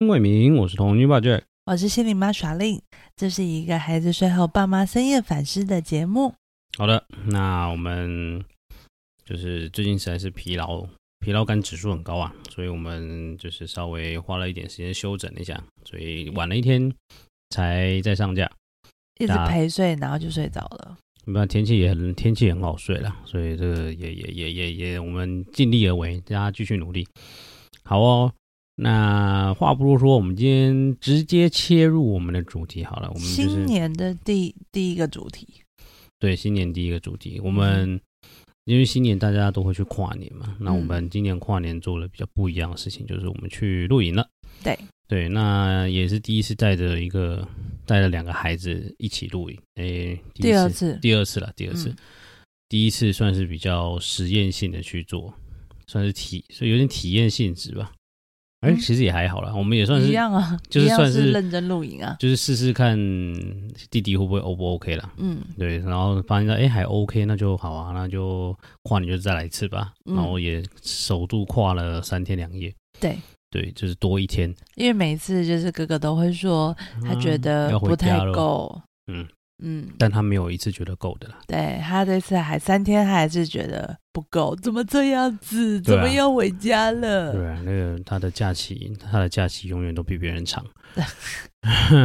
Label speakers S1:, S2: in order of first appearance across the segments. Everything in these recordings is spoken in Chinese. S1: 丁伟明，我是童军爸 Jack。
S2: 我是心理妈耍令，这是一个孩子睡后爸妈深夜反思的节目。
S1: 好的，那我们就是最近实在是疲劳，疲劳感指数很高啊，所以我们就是稍微花了一点时间休整一下，所以晚了一天才再上架。
S2: 一直
S1: 啊
S2: 陪睡，然后就睡着了。
S1: 那天气也很天气也很好睡了，所以这个也也也也也我们尽力而为，大家继续努力。好哦，那话不多说，我们今天直接切入我们的主题好了，我们就是
S2: 新年的第第一个主题，
S1: 对，新年第一个主题，
S2: 嗯
S1: 我们因为新年大家都会去跨年嘛，那我
S2: 嗯
S1: 们今年跨年做了比较不一样的事情，就是我们去露营了。
S2: 对
S1: 对，那也是第一次带着一个带着两个孩子一起露营，诶，第一
S2: 第二
S1: 次，
S2: 次，
S1: 第二次了，第二次，
S2: 嗯
S1: 第一次算是比较实验性的去做，算是体，所以有点体验性质吧。哎、
S2: 嗯
S1: 其实也还好啦，我们也算
S2: 一
S1: 是
S2: 样啊，
S1: 就是
S2: 一样
S1: 算是
S2: 是认真露营啊。
S1: 就是试试看弟弟会不会 O 不 OK 啦。
S2: 嗯，
S1: 对，然后发现到哎、诶还 OK，那就好啊，那就跨年就再来一次吧。
S2: 嗯
S1: 然后也首度跨了三天两夜，
S2: 对
S1: 对，就是多一天。
S2: 因为每次就是哥哥都会说他觉
S1: 啊
S2: 得
S1: 要回
S2: 不太
S1: 家了，
S2: 够，
S1: 嗯
S2: 嗯，
S1: 但他没有一次觉得够的啦。
S2: 对他这次还三天，他还是觉得不够，怎么这样子？
S1: 对
S2: 怎
S1: 啊
S2: 么要回家了？
S1: 对啊，那个他的假期，他的假期永远都比别人长。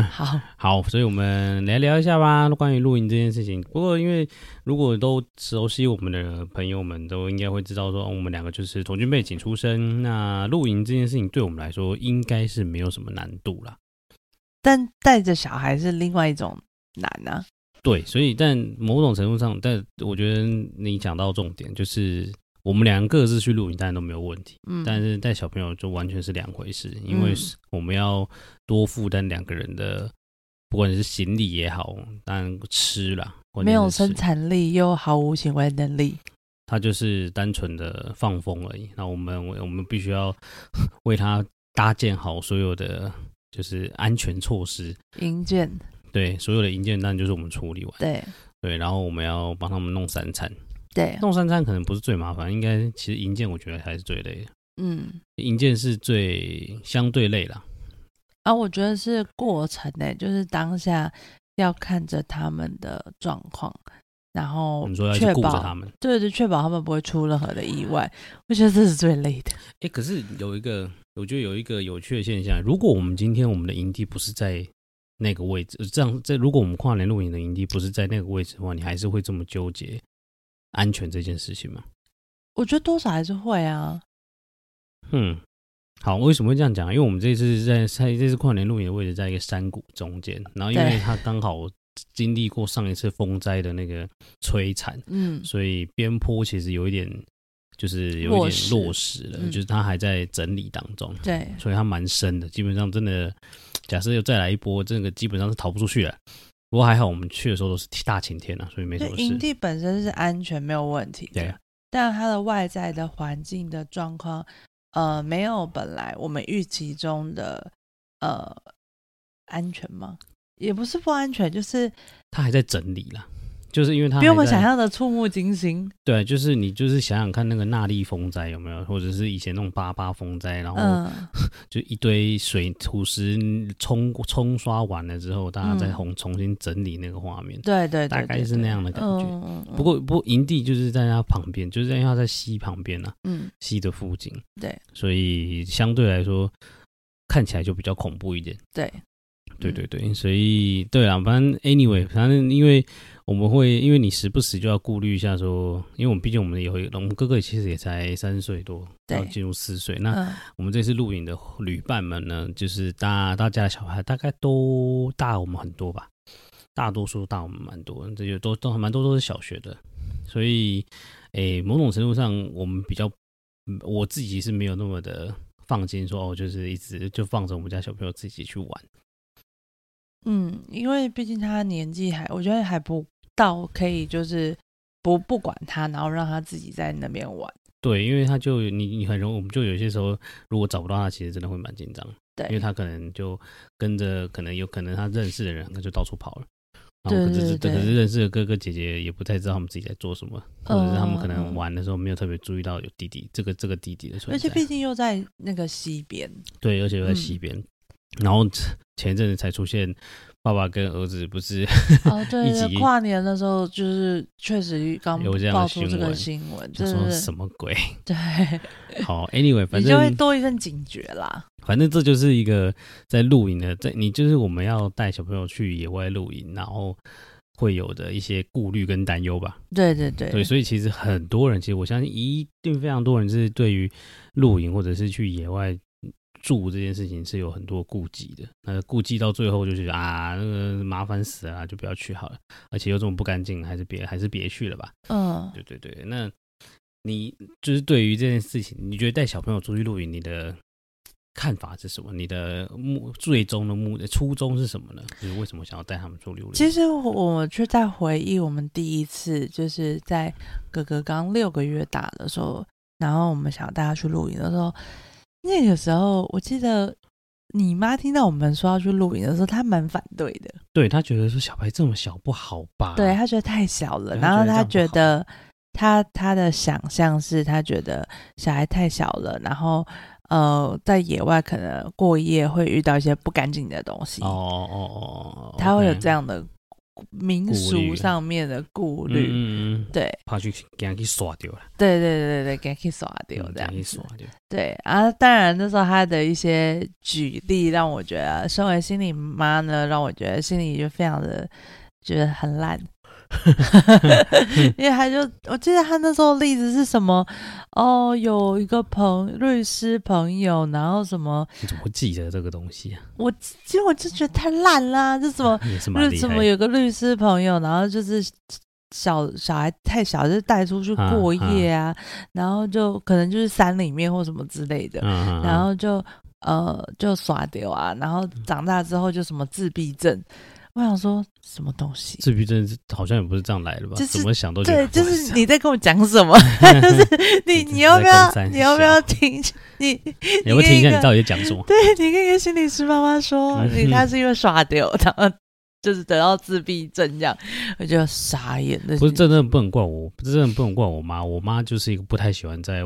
S2: 好，
S1: 好，所以我们来聊一下吧，关于露营这件事情。不过，因为如果都熟悉我们的朋友们，都应该会知道说，哦、我们两个就是童军背景出身。那露营这件事情对我们来说，应该是没有什么难度啦。
S2: 但带着小孩是另外一种难啊。
S1: 对，所以但某种程度上，但我觉得你讲到重点，就是我们两个各自去露营，当然都没有问题。
S2: 嗯，
S1: 但是带小朋友就完全是两回事，因为
S2: 嗯
S1: 是我们要多负担两个人的，不管是行李也好，当然吃啦，关
S2: 没
S1: 键
S2: 有
S1: 是
S2: 生
S1: 吃
S2: 产力又毫无行为能力，
S1: 他就是单纯的放风而已。那我们我们必须要 为他搭建好所有的就是安全措施，
S2: 营建
S1: 对所有的营建当然就是我们处理完，
S2: 对
S1: 对，然后我们要帮他们弄三餐。
S2: 对，
S1: 弄三餐可能不是最麻烦，应该其实营建我觉得还是最累的，
S2: 嗯
S1: 营建是最相对累啦。
S2: 啊，我觉得是过程呢、就是当下要看着他们的状况，然后
S1: 你说要去
S2: 哦确
S1: 顾着
S2: 保
S1: 他们，
S2: 对对，确保他们不会出任何的意外，我觉得这是最累的。
S1: 哎、可是有一个，我觉得有一个有趣的现象，如果我们今天我们的营地不是在那个位置，呃这样这如果我们跨年露营的营地不是在那个位置的话，你还是会这么纠结安全这件事情吗？
S2: 我觉得多少还是会啊，
S1: 嗯，好，为什么会这样讲啊？因为我们这次是在在这次跨年露营的位置在一个山谷中间，然后因为
S2: 对
S1: 它刚好经历过上一次风灾的那个摧残，
S2: 嗯，
S1: 所以边坡其实有一点就是有一
S2: 落
S1: 点
S2: 实
S1: 落实了，
S2: 嗯
S1: 就是它还在整理当中。
S2: 对，
S1: 所以它蛮深的，基本上真的，假设又再来一波，这个基本上是逃不出去了。不过还好我们去的时候都是大晴天啊，所以没
S2: 就
S1: 什么
S2: 营
S1: 事。
S2: 地本身是安全没有问题
S1: 对
S2: 的
S1: 啊，
S2: 但它的外在的环境的状况，呃，没有本来我们预期中的呃安全吗？也不是不安全，就是
S1: 它还在整理啦，就是因为它
S2: 比我
S1: 还
S2: 们
S1: 在
S2: 想象的触目惊心。
S1: 对，就是你就是想想看那个纳利风灾有没有，或者是以前那种八八风灾，然后
S2: 嗯，
S1: 就一堆水土石冲冲刷完了之后，大家再
S2: 嗯
S1: 重重新整理那个画面。
S2: 对对对
S1: 大概是那样的感觉
S2: 嗯、嗯
S1: 不，过不过营地就是在它旁边，就是因为它在溪旁边啊，
S2: 嗯，
S1: 溪的附近，
S2: 对
S1: 所以相对来说看起来就比较恐怖一点。
S2: 对
S1: 对
S2: 嗯
S1: 对对，所以对啊，反正 anyway，反正因为我们会，因为你时不时就要顾虑一下说，因为我们毕竟我们有一个，我们哥哥其实也才三岁多，
S2: 对
S1: 要进入四岁。那
S2: 嗯，
S1: 我们这次录影的旅伴们呢，就是大大家的小孩大概都大我们很多吧，大多数大我们蛮多，这些都都蛮多都是小学的，所以诶，某种程度上我们比较，嗯我自己是没有那么的放心说哦，就是一直就放着我们家小朋友自己去玩。
S2: 嗯，因为毕竟他年纪还，我觉得还不到可以就是不不管他，然后让他自己在那边玩。
S1: 对，因为他就你你很容易，我们就有些时候如果找不到他，其实真的会蛮紧张，
S2: 对，
S1: 因为他可能就跟着，可能有可能他认识的人，他就到处跑了。然
S2: 对
S1: 后可是
S2: 对对
S1: 可是认识的哥哥姐姐也不太知道他们自己在做什么，或者是他们可
S2: 嗯嗯
S1: 能
S2: 嗯
S1: 玩的时候没有特别注意到有弟弟这个这个弟弟的存
S2: 而且
S1: 在。
S2: 毕竟又在那个西边，
S1: 对，而且又在
S2: 嗯
S1: 西边，然后前一阵子才出现爸爸跟儿子不是
S2: 哦，对
S1: 一
S2: 对，
S1: 集
S2: 跨年的时候就是确实刚
S1: 有这样的
S2: 爆出这个
S1: 新
S2: 新闻，
S1: 就
S2: 真
S1: 说
S2: 的
S1: 什
S2: 是
S1: 么鬼？
S2: 对，
S1: 好，anyway，反
S2: 你就会
S1: 正
S2: 多一份警觉啦。
S1: 反正这就是一个在露营的，在你就是我们要带小朋友去野外露营，然后会有的一些顾虑跟担忧吧。
S2: 对对对，
S1: 对，所以其实很多人，其实我相信一定非常多人是对于露营或者是去野外住这件事情是有很多顾忌的。那顾忌到最后就觉得啊，那个麻烦死了啊，就不要去好了。而且又这么不干净，还是别还是别去了吧。
S2: 嗯，
S1: 对对对，那你就是对于这件事情，你觉得带小朋友出去露营，你的看法是什么？你的目最终的目初衷是什么呢？就是为什么想要带他们出去露营？
S2: 其实我我却在回忆我们第一次，就是在哥哥刚六个月大的时候，然后我们想要带他去露营的时候，那个时候我记得你妈听到我们说要去露营的时候，她蛮反对的，
S1: 对他觉得说小孩这么小不好吧？
S2: 对她觉得太小了，
S1: 对
S2: 然后她
S1: 她啊
S2: 觉
S1: 觉得这
S2: 得她她的想象是她觉得小孩太小了，然后呃在野外可能过夜会遇到一些不干净的东西，
S1: 哦哦哦哦，
S2: 她会有
S1: OK
S2: 这样的民
S1: 顾
S2: 俗
S1: 虑
S2: 上面的顾
S1: 嗯
S2: 虑。
S1: 嗯嗯，
S2: 对，
S1: 怕去给人去刷掉了，
S2: 对对对对，给可以刷掉
S1: 嗯
S2: 这
S1: 给人
S2: 样
S1: 去
S2: 子
S1: 刷。掉。
S2: 对啊，当然那时候他的一些举例让我觉得，身为心理妈呢，让我觉得心里就非常的觉得很烂， 因为他就我记得他那时候例子是什么哦，有一个朋律师朋友，然后什么，
S1: 你怎么会记得这个东西啊？
S2: 我其实我就觉得太烂啦，这怎么
S1: 也是蛮
S2: 律
S1: 厉
S2: 怎
S1: 害
S2: 么
S1: 的。
S2: 有个律师朋友，然后就是小小孩太小，就带出去过夜啊，然后就可能就是山里面或什么之类的，
S1: 嗯，嗯
S2: 然后就呃就耍丢啊，然后长大之后就什么自闭症，我想说什么东西。
S1: 自闭症是好像也不是这样来的吧？
S2: 就是
S1: 怎么想都觉
S2: 对
S1: 得，
S2: 就是你在跟我讲什么？ 就是你，你要不要
S1: 你在？跟
S2: 你要不要
S1: 三小
S2: 听？你
S1: 你会听一下
S2: 你那个
S1: 你到底在讲什么？
S2: 对，你可以跟心理师妈妈说，
S1: 嗯
S2: 你他是因为耍丢，然后就是得到自闭症这样，我就傻眼。那
S1: 不是，这真的不能怪我，这真的不能怪我妈。我妈就是一个不太喜欢在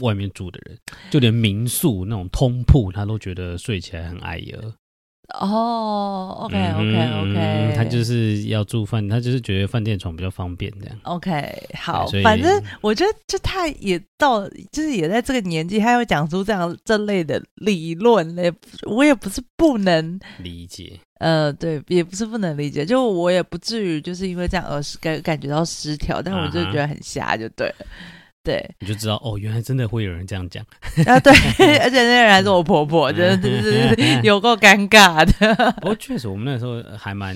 S1: 外面住的人，就连民宿那种通铺，她都觉得睡起来很碍眼。
S2: 哦，OK
S1: 嗯
S2: OK
S1: 嗯嗯
S2: OK，
S1: 她就是要住饭，她就是觉得饭店床比较方便这样。
S2: OK 好
S1: 哎所，以
S2: 反正我觉得就他也到，就是也在这个年纪，他会讲出这样这类的理论嘞，我也不是不能，
S1: 理解。
S2: 呃，对，也不是不能理解，就我也不至于就是因为这样而失感感觉到失调，但我就
S1: 嗯哼
S2: 觉得很瞎，就对了。对，
S1: 你就知道哦，原来真的会有人这样 讲。
S2: 啊对，而且那个人还是我婆婆，真的是有够尴尬的。
S1: 不过确实，我们那时候还蛮，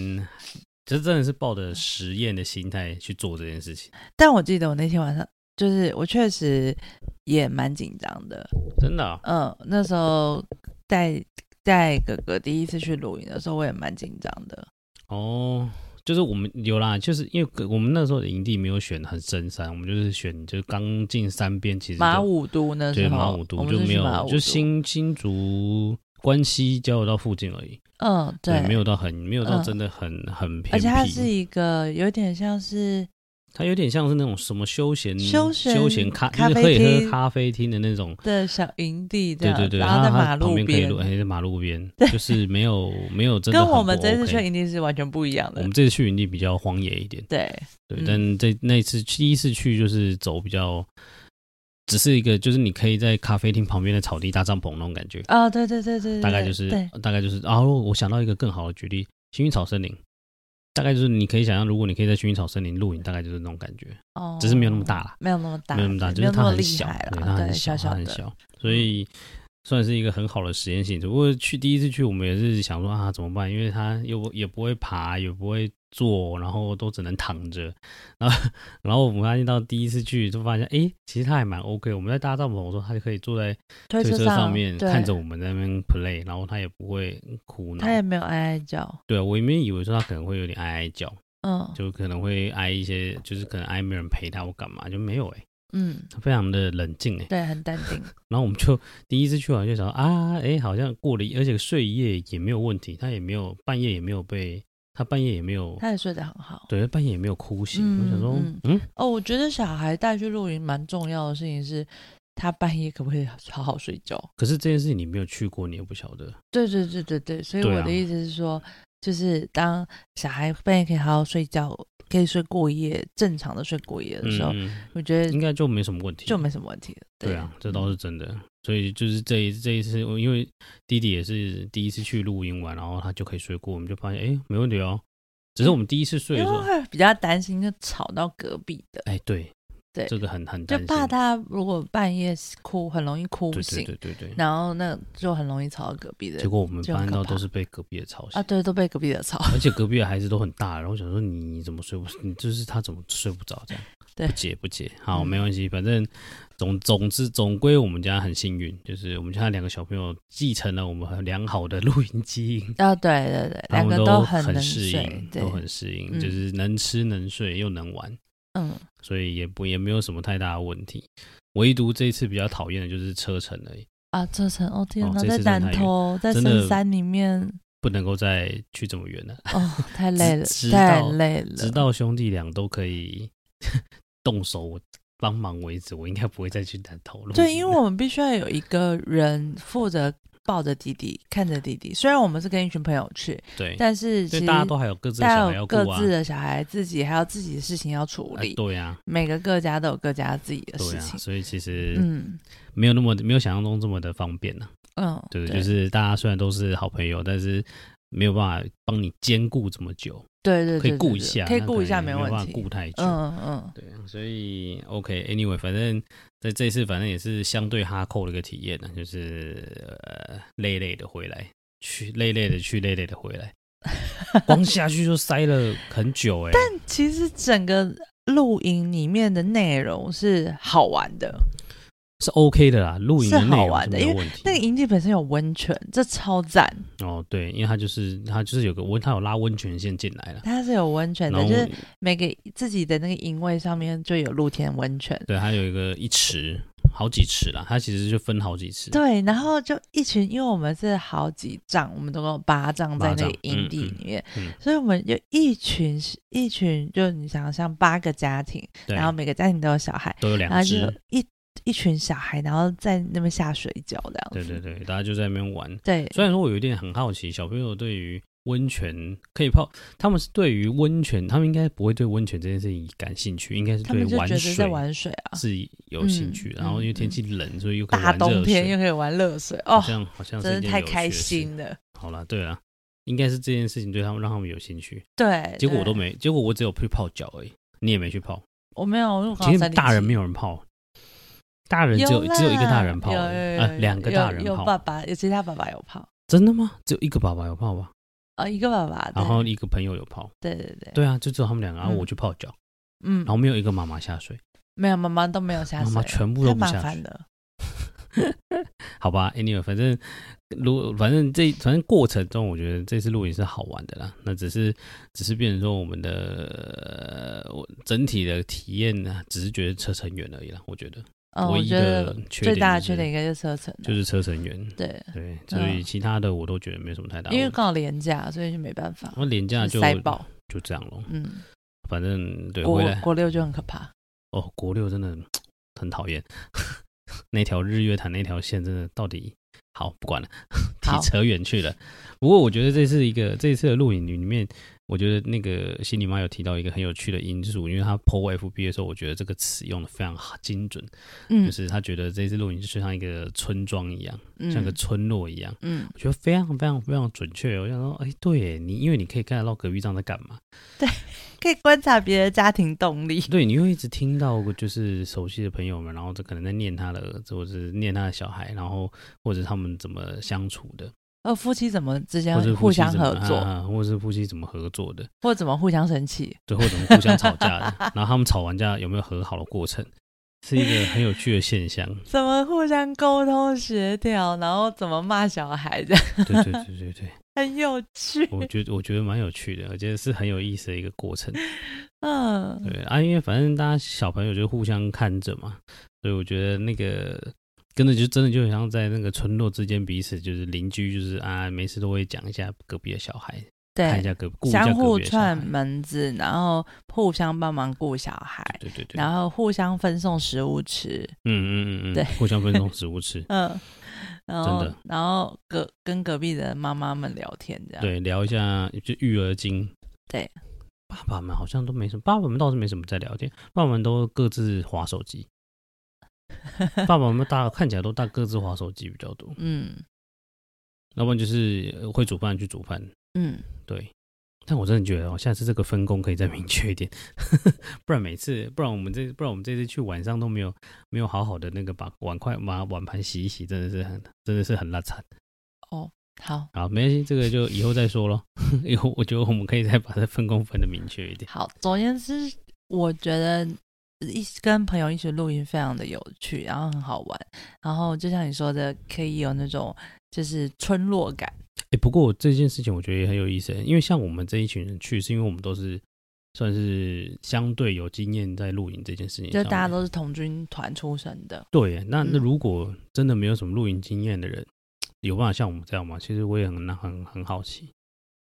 S1: 这真的是抱着实验的心态去做这件事情，
S2: 但我记得我那天晚上，就是我确实也蛮紧张的，
S1: 真的啊、
S2: 嗯，那时候带带哥哥第一次去露营的时候，我也蛮紧张的。
S1: 哦。就是我们有啦，就是因为我们那时候的营地没有选很深山，我们就是选就是刚进山边，其实就
S2: 马武都那
S1: 对
S2: 时候，
S1: 马武都
S2: 我们
S1: 就是没
S2: 去马
S1: 有
S2: 武，都
S1: 就新新竹关西交流道附近而已，
S2: 嗯对，
S1: 没有到很没有到
S2: 嗯
S1: 真的很、很偏僻，
S2: 而且它是一个有点像是
S1: 它有点像是那种什么休闲
S2: 休闲
S1: 休闲咖，
S2: 咖
S1: 就是
S2: 啡
S1: 可以
S2: 厅
S1: 喝咖啡厅的那种
S2: 的小营地这
S1: 对
S2: 样，
S1: 对对，
S2: 然后
S1: 它
S2: 在
S1: 它
S2: 马
S1: 旁
S2: 路
S1: 边可以录，还在马路 边，就是没有没有真的
S2: 跟
S1: 很
S2: 我们
S1: 不
S2: 这次
S1: OK 嗯
S2: 去的营地是完全不一样
S1: 我
S2: 的
S1: 们。这次去营地比较荒野一点，
S2: 对，
S1: 对，
S2: 嗯
S1: 但这那一次第一次去就是走比较，只是一个就是你可以在咖啡厅旁边的草地搭帐篷那种感觉，
S2: 啊，对对对对，对
S1: 大概就是
S2: 对，
S1: 大概就是，然、后我想到一个更好的举例，薰衣草森林。大概就是你可以想象，如果你可以在薰衣草森林露营，大概就是那种感觉，
S2: 哦，
S1: 只是没有那么大啦。
S2: 没有那么大，
S1: 没有那么大，就
S2: 没
S1: 是
S2: 有
S1: 它
S2: 么
S1: 很
S2: 厉
S1: 小，
S2: 害
S1: 对，
S2: 啦，
S1: 它很
S2: 对，
S1: 小，
S2: 小
S1: 它很
S2: 的，
S1: 小，所以算是一个很好的实验性。只不过去第一次去，我们也是想说啊，怎么办？因为它又不也不会爬，也不会坐，然后都只能躺着。然后，然后我们发现到第一次去就发现，诶，其实它还蛮 OK。我们在搭帐篷，我说它就可以坐在
S2: 推
S1: 车
S2: 上
S1: 面
S2: 对
S1: 看着我们在那边 play，然后它也不会哭闹
S2: 他。也没有哀哀叫，
S1: 对啊，我原本以为说它可能会有点哀哀叫，
S2: 嗯，
S1: 就可能会挨一些，就是可能挨没人陪他或干嘛，就没有哎、
S2: 嗯，
S1: 他非常的冷静哎、
S2: 对，很淡 定，
S1: 然后我们就第一次去玩就想说啊，哎，好像过了一，而且睡一夜也没有问题，他也没有半夜也没有被他半夜也没有
S2: 他也睡得很好。
S1: 对，半夜也没有哭醒。
S2: 嗯
S1: 我想说
S2: 嗯，
S1: 嗯，
S2: 哦，我觉得小孩带去露营蛮重要的事情是，他半夜可不可以好好睡觉？
S1: 可是这件事情你没有去过，你也不晓得。
S2: 对对对对对，所以
S1: 对
S2: 我
S1: 啊
S2: 的意思是说，就是当小孩半夜可以好好睡觉，可以睡过夜，正常的睡过夜的时候，
S1: 嗯，
S2: 我觉
S1: 应
S2: 得
S1: 该就没什么问题。
S2: 就没嗯什么问题了。
S1: 对啊，这倒是真的。所以就是这一这一次，我因为弟弟也是第一次去露营玩，然后他就可以睡过，我们就发现哎、诶没问题哦。只是我们第一次睡
S2: 因
S1: 的
S2: 为
S1: 时候，
S2: 会比较担心，就吵到隔壁的，
S1: 哎、对
S2: 对
S1: 这个很很
S2: 就
S1: 担心，
S2: 怕他如果半夜哭，很容易哭
S1: 对
S2: 醒，
S1: 对对对对。
S2: 然后那就很容易吵到隔壁的
S1: 结果我们
S2: 就
S1: 搬
S2: 很可
S1: 到
S2: 怕
S1: 都是被隔壁的吵醒
S2: 啊，，对，都被隔壁的吵。
S1: 而且隔壁的孩子都很大，然后我想说你你怎么睡不，你就是他怎么睡不着这样？
S2: 对
S1: 不解不解，好，
S2: 嗯
S1: 没关系，反正总总之总归我们家很幸运，就是我们家两个小朋友继承了我们很良好的露营基因，
S2: 啊，对对对，
S1: 他
S2: 两
S1: 们
S2: 个
S1: 都
S2: 很能
S1: 适
S2: 睡
S1: 应，，
S2: 对
S1: 都，很适应，
S2: 嗯
S1: 就是能吃能睡又能玩，
S2: 嗯，
S1: 所以也不也没有什么太大的问题。唯独这一次比较讨厌的就是车程而已，
S2: 啊，车程，哦天
S1: 哦
S2: 哪，
S1: 这
S2: 在
S1: 次真的太
S2: 南头，在
S1: 真的
S2: 深山里面，
S1: 不能够再去这么远了。
S2: 哦，太累了
S1: 直，
S2: 太
S1: 到
S2: 累了，
S1: 直到兄弟俩都可以 动手我帮忙为止，我应该不会再去谈讨论。
S2: 对，因为我们必须要有一个人负责抱着弟弟，看着弟弟。虽然我们是跟一群朋友去，
S1: 对，
S2: 但是其
S1: 对
S2: 实
S1: 大家都还有各自的小
S2: 大家
S1: 孩要
S2: 有
S1: 顾
S2: 各
S1: 啊
S2: 自，的小孩，自己还有自己的事情要处
S1: 哎
S2: 理。
S1: 对呀、啊，
S2: 每个各家都有各家自己的
S1: 对啊
S2: 事
S1: 呀、
S2: 情。
S1: 所以其实
S2: 嗯
S1: 没有那么没有想象中这么的方便呢、啊
S2: 嗯，
S1: 对，就是大家虽然都是好朋友，但是没有办法帮你兼顾这么久，
S2: 对对，
S1: 可以
S2: 对
S1: 顾
S2: 对
S1: 一下，
S2: 可以
S1: 那
S2: 顾一
S1: 能
S2: 下，
S1: 也没有
S2: 问
S1: 办法
S2: 题。
S1: 顾太久。
S2: 嗯嗯
S1: 对，所以 OK，Anyway，、反正在这一次，反正也是相对哈扣的一个体验呢，啊就是呃累累的回来，去累累的去，累累的回 来，光下去就塞了很久哎、
S2: 嗯，其实整个露营里面的内容是好玩的，
S1: 是 OK 的啦，露营的
S2: 是
S1: 内
S2: 好
S1: 容
S2: 玩
S1: 是
S2: 的
S1: 没有
S2: 因
S1: 问
S2: 那个
S1: 题。
S2: 营地本身有温泉，这超赞，
S1: 哦，对，因为它就是它就是有个温，它有拉温泉线进来了，
S2: 它是有温泉
S1: 然
S2: 的，
S1: 后
S2: 就是每个自己的那个营位上面就有露天温泉。
S1: 对，它有一个一池，好几池啦，它其实就分好几池。
S2: 对，然后就一群，因为我们是好几仗，我们总共有八仗在
S1: 八
S2: 那
S1: 仗
S2: 个营地
S1: 嗯嗯
S2: 里面，
S1: 嗯
S2: 所以我们就一群一群，就你想象八个家庭，
S1: 对，
S2: 然后每个家庭都有小孩，
S1: 都有
S2: 然后
S1: 两
S2: 就
S1: 只
S2: 有，一一群小孩，然后在那边下水饺这样
S1: 对
S2: 子。
S1: 对对，大家就在那边玩。
S2: 对
S1: 虽然说我有一点很好奇，小朋友对于温泉可以泡，他们是对于温泉，他们应该不会对温泉这件事情感兴趣，应该是
S2: 他
S1: 对
S2: 嗯们就觉
S1: 玩
S2: 得在
S1: 水
S2: 玩水啊，
S1: 是有兴趣。
S2: 嗯
S1: 然后因为
S2: 嗯
S1: 天气冷，所以又可以
S2: 大
S1: 玩
S2: 冬
S1: 热
S2: 天又
S1: 水，
S2: 可以玩热水
S1: 好
S2: 哦，
S1: 像好像是一
S2: 真的
S1: 件
S2: 太
S1: 有
S2: 开
S1: 趣的事。
S2: 心了。
S1: 好啦，对啦，应该是这件事情对他们让他们有兴趣。
S2: 对，
S1: 结果我
S2: 对
S1: 都没，结果我只有去泡脚而已，你也没去泡。
S2: 我没有，因为我刚好
S1: 其实
S2: 307
S1: 大人没有人泡，大人只有只有一个大人泡
S2: 有
S1: 而已，
S2: 有有
S1: 啊，
S2: 有
S1: 两个
S2: 有
S1: 大人
S2: 有
S1: 泡
S2: 爸，爸，有其他爸爸有泡，
S1: 真的吗？只有一个爸爸有泡吧，
S2: 哦，一个爸爸，
S1: 然后
S2: 对
S1: 一个朋友有泡。
S2: 对对对，
S1: 对啊，就只有他们两个，然后
S2: 嗯
S1: 我去泡脚，
S2: 嗯
S1: 然，后没有一个妈妈下水，
S2: 没有妈妈都没有下
S1: 妈
S2: 水，
S1: 妈全部都
S2: 太
S1: 不
S2: 麻
S1: 下
S2: 烦
S1: 水，
S2: 了。
S1: 好吧？Anyway，反正如反正这反正过程中，我觉得这次露营是好玩的啦。那只是只是变成说我们的、呃、我整体的体验呢，只是觉得车程远而已啦。我觉得
S2: 嗯，
S1: 唯
S2: 我
S1: 一
S2: 觉
S1: 的
S2: 得
S1: 缺点
S2: 最大的
S1: 就是
S2: 缺点应该就是车程了，
S1: 就是车程远，
S2: 对，
S1: 对，所以
S2: 嗯
S1: 其他的我都觉得没什么太大
S2: 因为
S1: 问题。
S2: 刚好廉价，所以就没办法，
S1: 我廉价
S2: 就
S1: 就
S2: 塞爆。
S1: 就这样咯，
S2: 嗯，
S1: 反正对
S2: 国
S1: 回来
S2: 国六就很可怕。
S1: 哦，国六真的很讨厌， 那条日月潭那条线真的到底好不管了， 提
S2: 好
S1: 扯远去了。不过我觉得这是一个这一次的录影里面，我觉得那个心理妈有提到一个很有趣的因素，因为她 PO FB 的时候，我觉得这个词用的非常好精准，就
S2: 嗯
S1: 是她觉得这次录影就像一个村庄一样，
S2: 嗯，
S1: 像个村落一样。
S2: 嗯，
S1: 我觉得非常非常非常准确。我想说，哎，对耶你，因为你可以看得到隔壁站在干嘛，
S2: 可以观察别的家庭动力。
S1: 对，你会一直听到就是熟悉的朋友们，然后这可能在念他的儿子，或者是念他的小孩，然后或者他们怎么相处的，
S2: 呃，夫妻怎么之间
S1: 或者
S2: 互
S1: 夫妻
S2: 相
S1: 怎么
S2: 合作，
S1: 啊，或者是夫妻怎么合作的，
S2: 或怎么互相生气？
S1: 对，或者怎么互相吵架的， 然后他们吵完架有没有和好的过程，是一个很有趣的现象。
S2: 怎么互相沟通协调，然后怎么骂小孩这样
S1: 对对对对对，
S2: 很有趣。
S1: 我觉得我觉得蛮有趣的，而且是很有意思的一个过程。
S2: 嗯，
S1: 对啊，因为反正大家小朋友就互相看着嘛，所以我觉得那个跟着就真的就很像在那个村落之间彼此就是邻居，就是啊没事都会讲一下隔壁的小孩，看一
S2: 对，
S1: 下隔顾一下隔
S2: 相互
S1: 壁的小孩
S2: 串，门子，然后互相帮忙顾小孩，
S1: 对对对，
S2: 然后互相分送食物吃，
S1: 嗯嗯嗯嗯，
S2: 对，
S1: 互相分送食物吃
S2: 嗯，然
S1: 真
S2: 后
S1: 的
S2: 然后隔跟隔壁的妈妈们聊天这样，
S1: 对，聊一下就育儿经，
S2: 对，
S1: 爸爸们好像都没什么，爸爸们倒是没什么在聊天，爸爸们都各自划手机， 爸爸们大看起来都大各自划手机比较多，
S2: 嗯
S1: 要不然就是呃会煮饭去煮饭，
S2: 嗯，
S1: 对。但我真的觉得哦，下次这个分工可以再明确一点， 不然每次，不然我们这，不然我们这次去晚上都没有没有好好的那个把碗筷把碗盘洗一洗，真的是很真的是很烂惨。
S2: 好
S1: 好，没关系，这个就以后再说咯。 以后我觉得我们可以再把这分工分的明确一点。
S2: 好，总而言之，我觉得一起跟朋友一起露营非常的有趣，然后很好玩，然后就像你说的，可以有那种就是村落感，
S1: 哎、不过这件事情我觉得也很有意思，欸因为像我们这一群人去，是因为我们都是算是相对有经验在露营这件事情
S2: 就
S1: 上面，
S2: 大家都是童军团出身的，
S1: 对耶。那那
S2: 嗯
S1: 如果真的没有什么露营经验的人，有办法像我们这样吗？其实我也很很很好奇，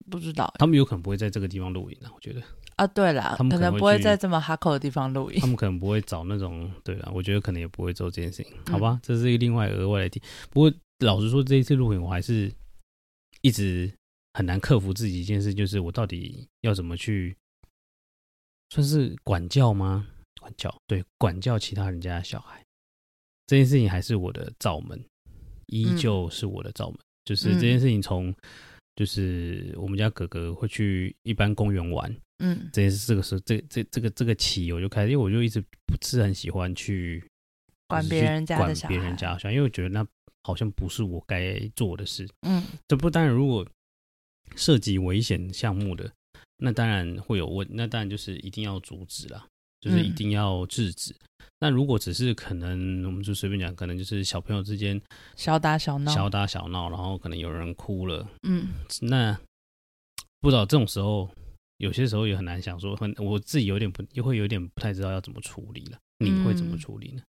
S2: 不知道
S1: 他们有可能不会在这个地方露营啊，我觉得
S2: 啊。对啦，
S1: 他们可能
S2: 能
S1: 会
S2: 不会
S1: 去
S2: 在这么哈口的地方露营
S1: 他。们可能不会找那种，对啊，我觉得可能也不会做这件事情，
S2: 嗯
S1: 好吧？这是一个另外额外的题。不过老实说，这一次录影我还是一直很难克服自己一件事，就是我到底要怎么去，算是管教吗？管教对，管教其他人家的小孩这件事情还是我的罩门，依旧是我的罩门。就是这件事情从，就是我们家哥哥会去一般公园玩，
S2: 嗯
S1: 这也是这个是这这这个这个起，我就开始，因为我就一直不是很喜欢去
S2: 管
S1: 就是
S2: 别
S1: 去
S2: 人家的
S1: 管
S2: 小
S1: 别人
S2: 孩
S1: 家的小孩，因为我觉得那好像不是我该做的事。
S2: 嗯
S1: 这不当然，如果涉及危险项目的，那当然会有问，那当然就是一定要阻止啦，就是一
S2: 嗯
S1: 定要制止。那如果只是可能，我们就随便讲，可能就是小朋友之间
S2: 小打小闹，
S1: 小打小闹，然后可能有人哭了，
S2: 嗯
S1: 那不知道这种时候，有些时候也很难想说，很我自己有点不，又会有点不太知道要怎么处理了。你会怎么
S2: 嗯
S1: 处理呢？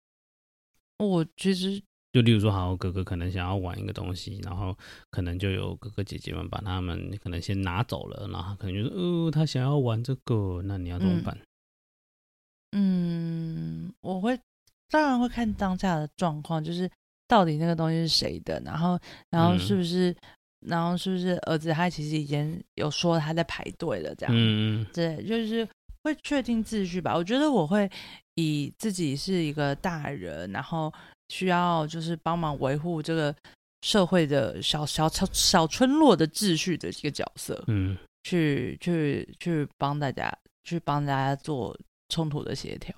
S2: 我其实
S1: 就例如说，好，哥哥可能想要玩一个东西，然后可能就有哥哥姐姐们把他们可能先拿走了，然后他可能就说，哦，他想要玩这个，那你要怎么
S2: 嗯
S1: 办？
S2: 嗯，我会当然会看当下的状况，就是到底那个东西是谁的，然后然后
S1: 嗯
S2: 是不是、然后是不是儿子他其实已经有说他在排队了这样，
S1: 嗯，
S2: 对，就是会确定秩序吧。我觉得我会以自己是一个大人，然后需要就是帮忙维护这个社会的小小小小村落的秩序的一个角色，
S1: 嗯，
S2: 去去去帮大家去帮大家做冲突的协调。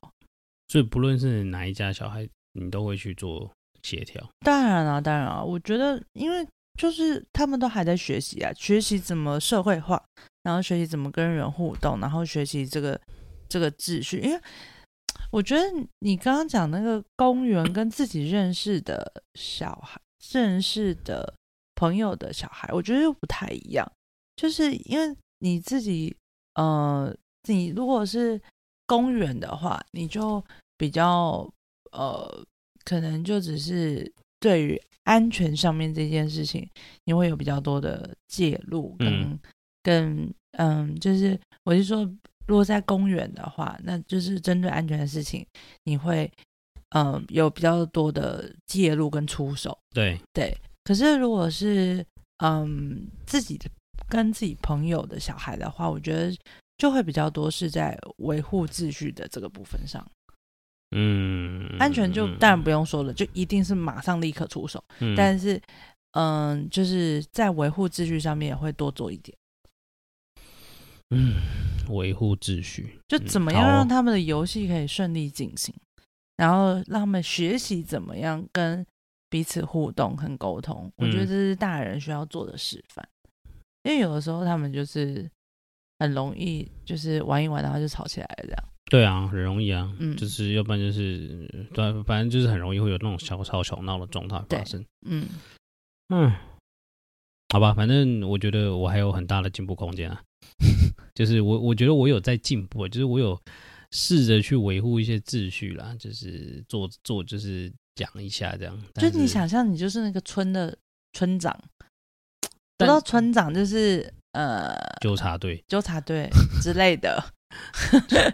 S1: 所以不论是哪一家小孩，你都会去做协调。
S2: 当然啊，当然啊，我觉得因为就是他们都还在学习啊，学习怎么社会化，然后学习怎么跟人互动，然后学习这个这个秩序。因为我觉得你刚刚讲那个公园跟自己认识的小孩、认识的朋友的小孩，我觉得又不太一样，就是因为你自己，呃，你如果是公园的话，你就比较呃。可能就只是对于安全上面这件事情，你会有比较多的介入跟、
S1: 嗯
S2: 跟嗯，就是我是说，如果在公园的话，那就是针对安全的事情，你会嗯有比较多的介入跟出手。
S1: 对，
S2: 可是如果是嗯自己的跟自己朋友的小孩的话，我觉得就会比较多是在维护秩序的这个部分上，
S1: 嗯，
S2: 安全就
S1: 嗯
S2: 当然不，用说了，就一定是马上立刻出手。
S1: 嗯
S2: 但是，嗯，就是在维护秩序上面也会多做一点，
S1: 嗯，维护秩序，
S2: 就
S1: 嗯
S2: 怎么
S1: 好
S2: 样
S1: 哦
S2: 让他们的游戏可以顺利进行，然后让他们学习怎么样跟彼此互动跟沟通，我觉得
S1: 嗯
S2: 这是大人需要做的示范，因为有的时候他们就是很容易就是玩一玩，然后就吵起来了这样。
S1: 对啊，很容易啊，
S2: 嗯
S1: 就是要不然就是对，啊反正就是很容易会有那种小吵小闹的状态发
S2: 对
S1: 生。
S2: 嗯，
S1: 嗯，好吧，反正我觉得我还有很大的进步空间啊。就是我我觉得我有在进步，啊就是我有试着去维护一些秩序啦，就是做做就是讲一下这样。
S2: 就
S1: 但
S2: 你
S1: 是
S2: 想象你就是那个村的村长，不
S1: 但
S2: 知道村长就是呃
S1: 纠察队、
S2: 纠察队之类的，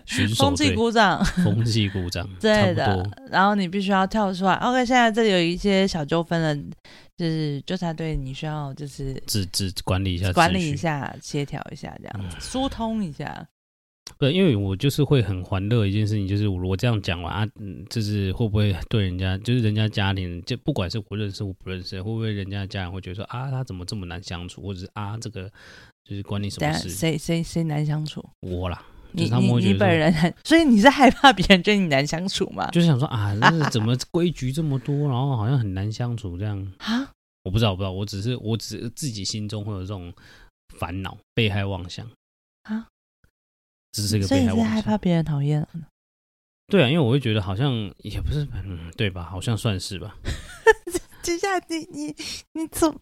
S1: 巡守
S2: 风纪
S1: 队、
S2: 鼓掌
S1: 风纪鼓 掌，
S2: 之
S1: 差
S2: 类的
S1: 不多。，
S2: 然后你必须要跳出来。OK，现在这里有一些小纠纷了，就是纠察队你需要就是
S1: 只只管理一下，
S2: 管理一。下、协调一下这样
S1: 嗯
S2: 子，疏通一下。
S1: 对，因为我就是会很欢乐一件事情，就是我我这样讲完啊，嗯，就是会不会对人家，就是人家家里人，就不管是我认识或不认识，会不会人家家人会觉得说啊，他怎么这么难相处，或者是啊，这个就是关你什
S2: 等
S1: 么
S2: 下
S1: 事？
S2: 谁谁谁难相处？
S1: 我啦，就
S2: 你
S1: 是他们
S2: 你
S1: 会觉
S2: 你
S1: 得
S2: 本
S1: 说
S2: 人很，所以你是害怕别人觉得你难相处吗？
S1: 就是想说啊，那是怎么规矩这么多，然后好像很难相处这样。
S2: 啊，
S1: 我不知道，我不知道，我只是我只自己心中会有这种烦恼、被害妄想
S2: 啊，
S1: 只是一个
S2: 所以
S1: 被
S2: 你
S1: 害
S2: 是害
S1: 妄
S2: 怕
S1: 想。
S2: 别人讨厌。
S1: 对啊，因为我会觉得好像也不是，嗯，对吧？好像算是吧。
S2: 接下来你你你怎么？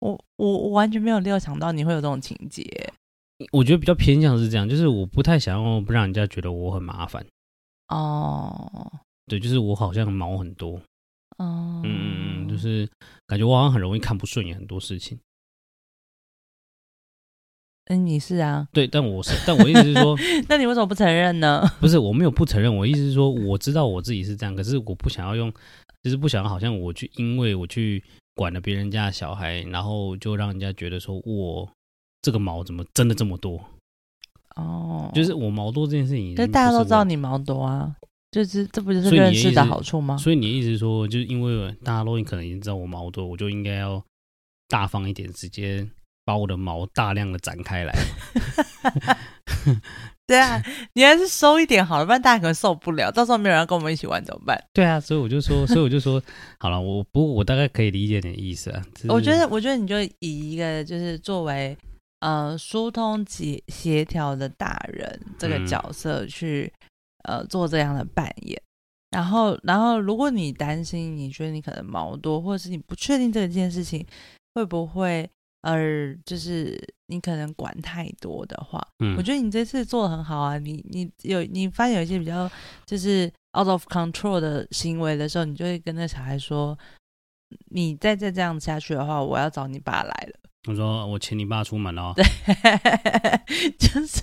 S2: 我我我完全没有料想到你会有这种情节，
S1: 我觉得比较偏向是这样，就是我不太想要不让人家觉得我很麻烦。
S2: 哦
S1: 对，就是我好像毛很多，
S2: 哦，
S1: 嗯嗯嗯，就是感觉我好像很容易看不顺眼很多事情。
S2: 嗯，你是啊，
S1: 对，但我是， 但我意思是说，
S2: 那你为什么不承认呢？
S1: 不是，我没有不承认，我意思是说，我知道我自己是这样，可是我不想要用，就是不想要好像我去，因为我去管了别人家的小孩，然后就让人家觉得说我这个毛怎么真的这么多，
S2: 哦，
S1: 就是我毛多这件事情，
S2: 但大家都知道，你毛多啊，就是这不就是
S1: 所以你的
S2: 认识
S1: 意
S2: 的
S1: 思
S2: 好处吗？
S1: 所以你的意思是说，就是因为大家都可能已经知道我毛多，我就应该要大方一点，直接把我的毛大量的展开来，
S2: 对啊，你还是收一点好了，不然大家可能受不了，到时候没有人要跟我们一起玩怎么办？
S1: 对啊，所以我就 说，所以我就说，好了，我不过我大概可以理解你的意思啊，只是
S2: 我觉得，我觉得你就以一个就是作为呃疏通协协调的大人这个
S1: 嗯
S2: 角色去、呃做这样的扮演。然后，然后，如果你担心，你觉得你可能毛多，或者是你不确定这件事情会不会，呃，就是你可能管太多的话，
S1: 嗯
S2: 我觉得你这次做的很好啊，你你有你发现有一些比较就是 out of control 的行为的时候，你就会跟那小孩说，你再再这样下去的话，我要找你爸来了，
S1: 我说我请你爸出门哦。
S2: 就是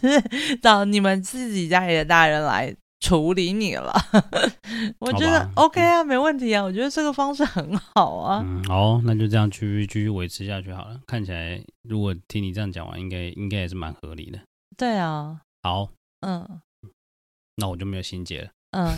S2: 找你们自己家里的大人来处理你了。 我觉
S1: 好
S2: 得
S1: 吧
S2: OK 啊，没问题啊，我觉得这个方式很好啊。
S1: 嗯，好，那就这样继续继续维持下去好了。看起来，如果听你这样讲完，应该应该也是蛮合理的。
S2: 对啊，
S1: 好，
S2: 嗯
S1: 那我就没有心结了。
S2: 嗯，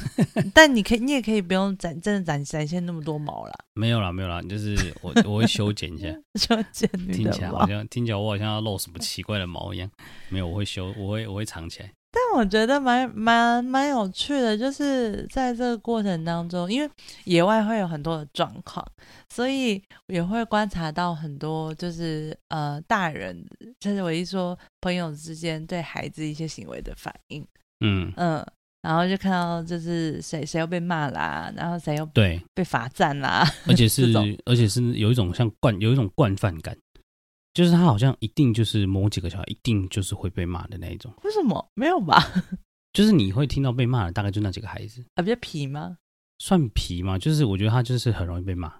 S2: 但你可以，你也可以不用展真的展展现那么多毛啦，
S1: 没有啦，没有啦，就是我 我会修剪一下。
S2: 就见你
S1: 听
S2: 的
S1: 起来
S2: 毛
S1: 好。像听起来我好像要露什么奇怪的毛一样。没有，我会修，我会我会藏起来。
S2: 但我觉得蛮蛮蛮有趣的，就是在这个过程当中，因为野外会有很多的状况，所以也会观察到很多，就是呃大人，就是我一说朋友之间对孩子一些行为的反应，
S1: 嗯，
S2: 嗯，然后就看到就是谁谁又被骂啦，然后谁又
S1: 对，
S2: 被罚站啦，
S1: 而且是
S2: 这种
S1: 而且是有一种像惯有一种惯犯感，就是他好像一定就是某几个小孩一定就是会被骂的那一种，
S2: 为什么没有吧？
S1: 就是你会听到被骂的大概就那几个孩子。
S2: 啊，比较皮吗？
S1: 算皮嘛，就是我觉得他就是很容易被骂。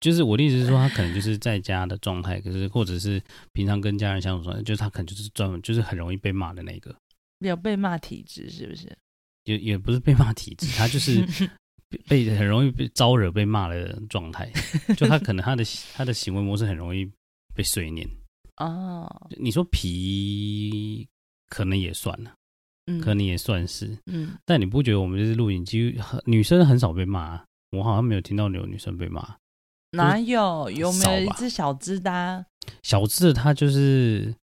S1: 就是我的意思是说，他可能就是在家的状态，可是或者是平常跟家人相处状态，就是他可能就是专门就是很容易被骂的那一个，
S2: 有被骂体质是不是？
S1: 也也不是被骂体质，他就是被 被很容易被招惹被骂的状态。就他可能他的他的行为模式很容易被碎念。
S2: 哦，
S1: 你说皮可能也算了，
S2: 嗯
S1: 可能也算是，
S2: 嗯，
S1: 但你不觉得我们就是录影机女生很少被骂啊、我好像没有听到有女生被骂。
S2: 哪有有没
S1: 少
S2: 有一
S1: 吧
S2: 只小只的啊、
S1: 小智他就是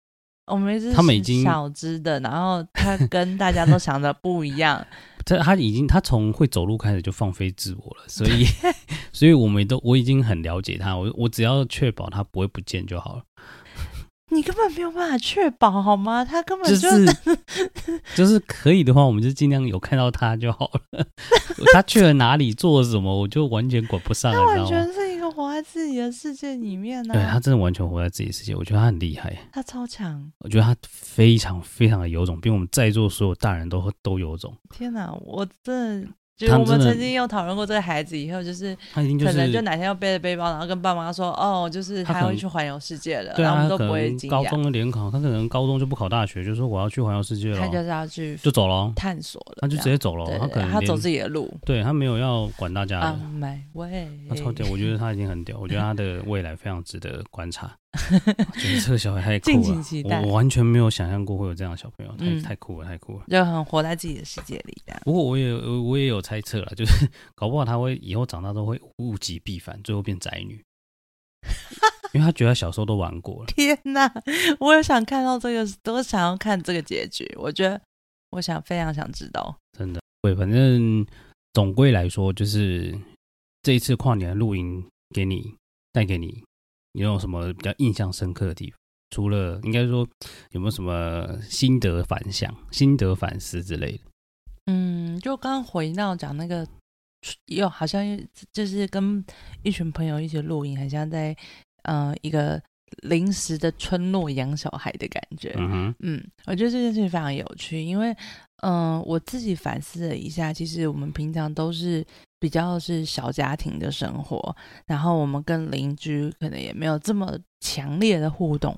S2: 我们是
S1: 他们已经
S2: 小只的，然后他跟大家都想的不 一样，
S1: 他他已经他从会走路开始就放飞自我了，所以 所以我们都我已经很了解他，我我只要确保他不会不见就好了，
S2: 你根本没有办法确保好吗？他 根本
S1: 就
S2: 就是
S1: 就是可以的话，我们就尽量有看到 他就好了。他去了哪里做了什么，我就完全管不上了，
S2: 他
S1: 你
S2: 完
S1: 知道吗
S2: 全？是一个啊活在自己的世界里面呢、啊
S1: 对他真的完全活在自己世界，我觉得他很厉害，
S2: 他超强！
S1: 我觉得他非常非常的有种，比我们在座所有大人都都有种。
S2: 天哪，我真的。就
S1: 他
S2: 我
S1: 们
S2: 们
S1: 真的
S2: 曾经有讨论过这个孩子，以后就是
S1: 他一定就
S2: 可能
S1: 是
S2: 就哪天要背着背包，然后跟爸妈说，哦，就是
S1: 他可
S2: 他
S1: 能
S2: 会去环游世界了，
S1: 对
S2: 然后
S1: 啊，
S2: 我
S1: 他
S2: 们都
S1: 可
S2: 不会
S1: 能
S2: 惊
S1: 高
S2: 讶，
S1: 中的联考，他可能高中就不考大学，就说我要去环游世界
S2: 他就
S1: 了，
S2: 是要去
S1: 就走了，
S2: 探索了，
S1: 他就直
S2: 这
S1: 接
S2: 样
S1: 走了，
S2: 对
S1: 他
S2: 对
S1: 可
S2: 对
S1: 能
S2: 他走
S1: 连
S2: 自己啊的路。
S1: 对他没有要管大家的
S2: On。my way，
S1: 他超 屌，我觉得他已经很屌，我觉得他的未来非常值得观察。我觉得这个小孩太酷
S2: 敬
S1: 了
S2: 请期，待
S1: 我我完全没有想象过会有这样的小朋友，太
S2: 嗯
S1: 太酷了，太酷了。
S2: 就很活在自己的世界里这样。
S1: 不过我也我我也有猜测了， 就是搞不好他会以后长大都会物极必反，最后变宅女，因为他觉得他小时候都玩过了。
S2: 天哪，我也想看到这个，都想要看这个结局。我觉得，我想非常想知道。
S1: 真的，对，反正总归来说，就是这一次跨年的露营给你带给你，你有什么比较印象深刻的地方？除了应该说有没有什么心得反响、心得反思之类的？
S2: 嗯，就刚刚回到讲那个，又好像就是跟一群朋友一起露营，很像在呃一个临时的村落养小孩的感觉。
S1: 嗯哼，
S2: 嗯，我觉得这件事情非常有趣，因为，嗯、我自己反思了一下，其实我们平常都是比较是小家庭的生活，然后我们跟邻居可能也没有这么强烈的互动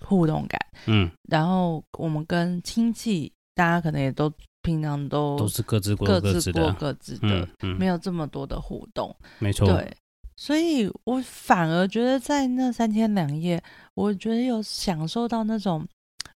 S2: 互动感，
S1: 嗯，
S2: 然后我们跟亲戚，大家可能也都平常都
S1: 都是各自过
S2: 各
S1: 各
S2: 自
S1: 自
S2: 过
S1: 的，
S2: 各自的
S1: 嗯，嗯，
S2: 没有这么多的互动。
S1: 没错，
S2: 对，所以我反而觉得在那三天两夜，我觉得有享受到那种，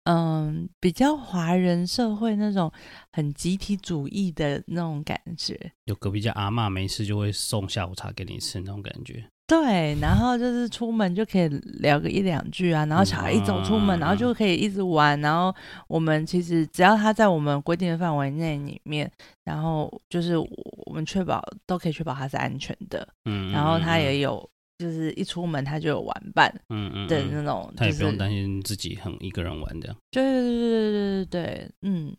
S2: 嗯，比较华人社会那种很集体主义的那种感觉。
S1: 有隔壁家阿嬷没事就会送下午茶给你吃那种感觉，
S2: 对，然后就是出门就可以聊个一两句啊，然后小孩一走出门，
S1: 嗯
S2: 然后就可以一直玩，然后我们其实只要他在我们规定的范围内里面，然后就是我我们确保都可以确保他是安全的，
S1: 嗯，
S2: 然后他
S1: 嗯
S2: 也，有就是一出门他就有玩伴，
S1: 嗯嗯，
S2: 的
S1: 嗯
S2: 那种，
S1: 他也
S2: 就
S1: 不用
S2: 是
S1: 担心自己很一个人玩这样，
S2: 对对对对对对对，嗯，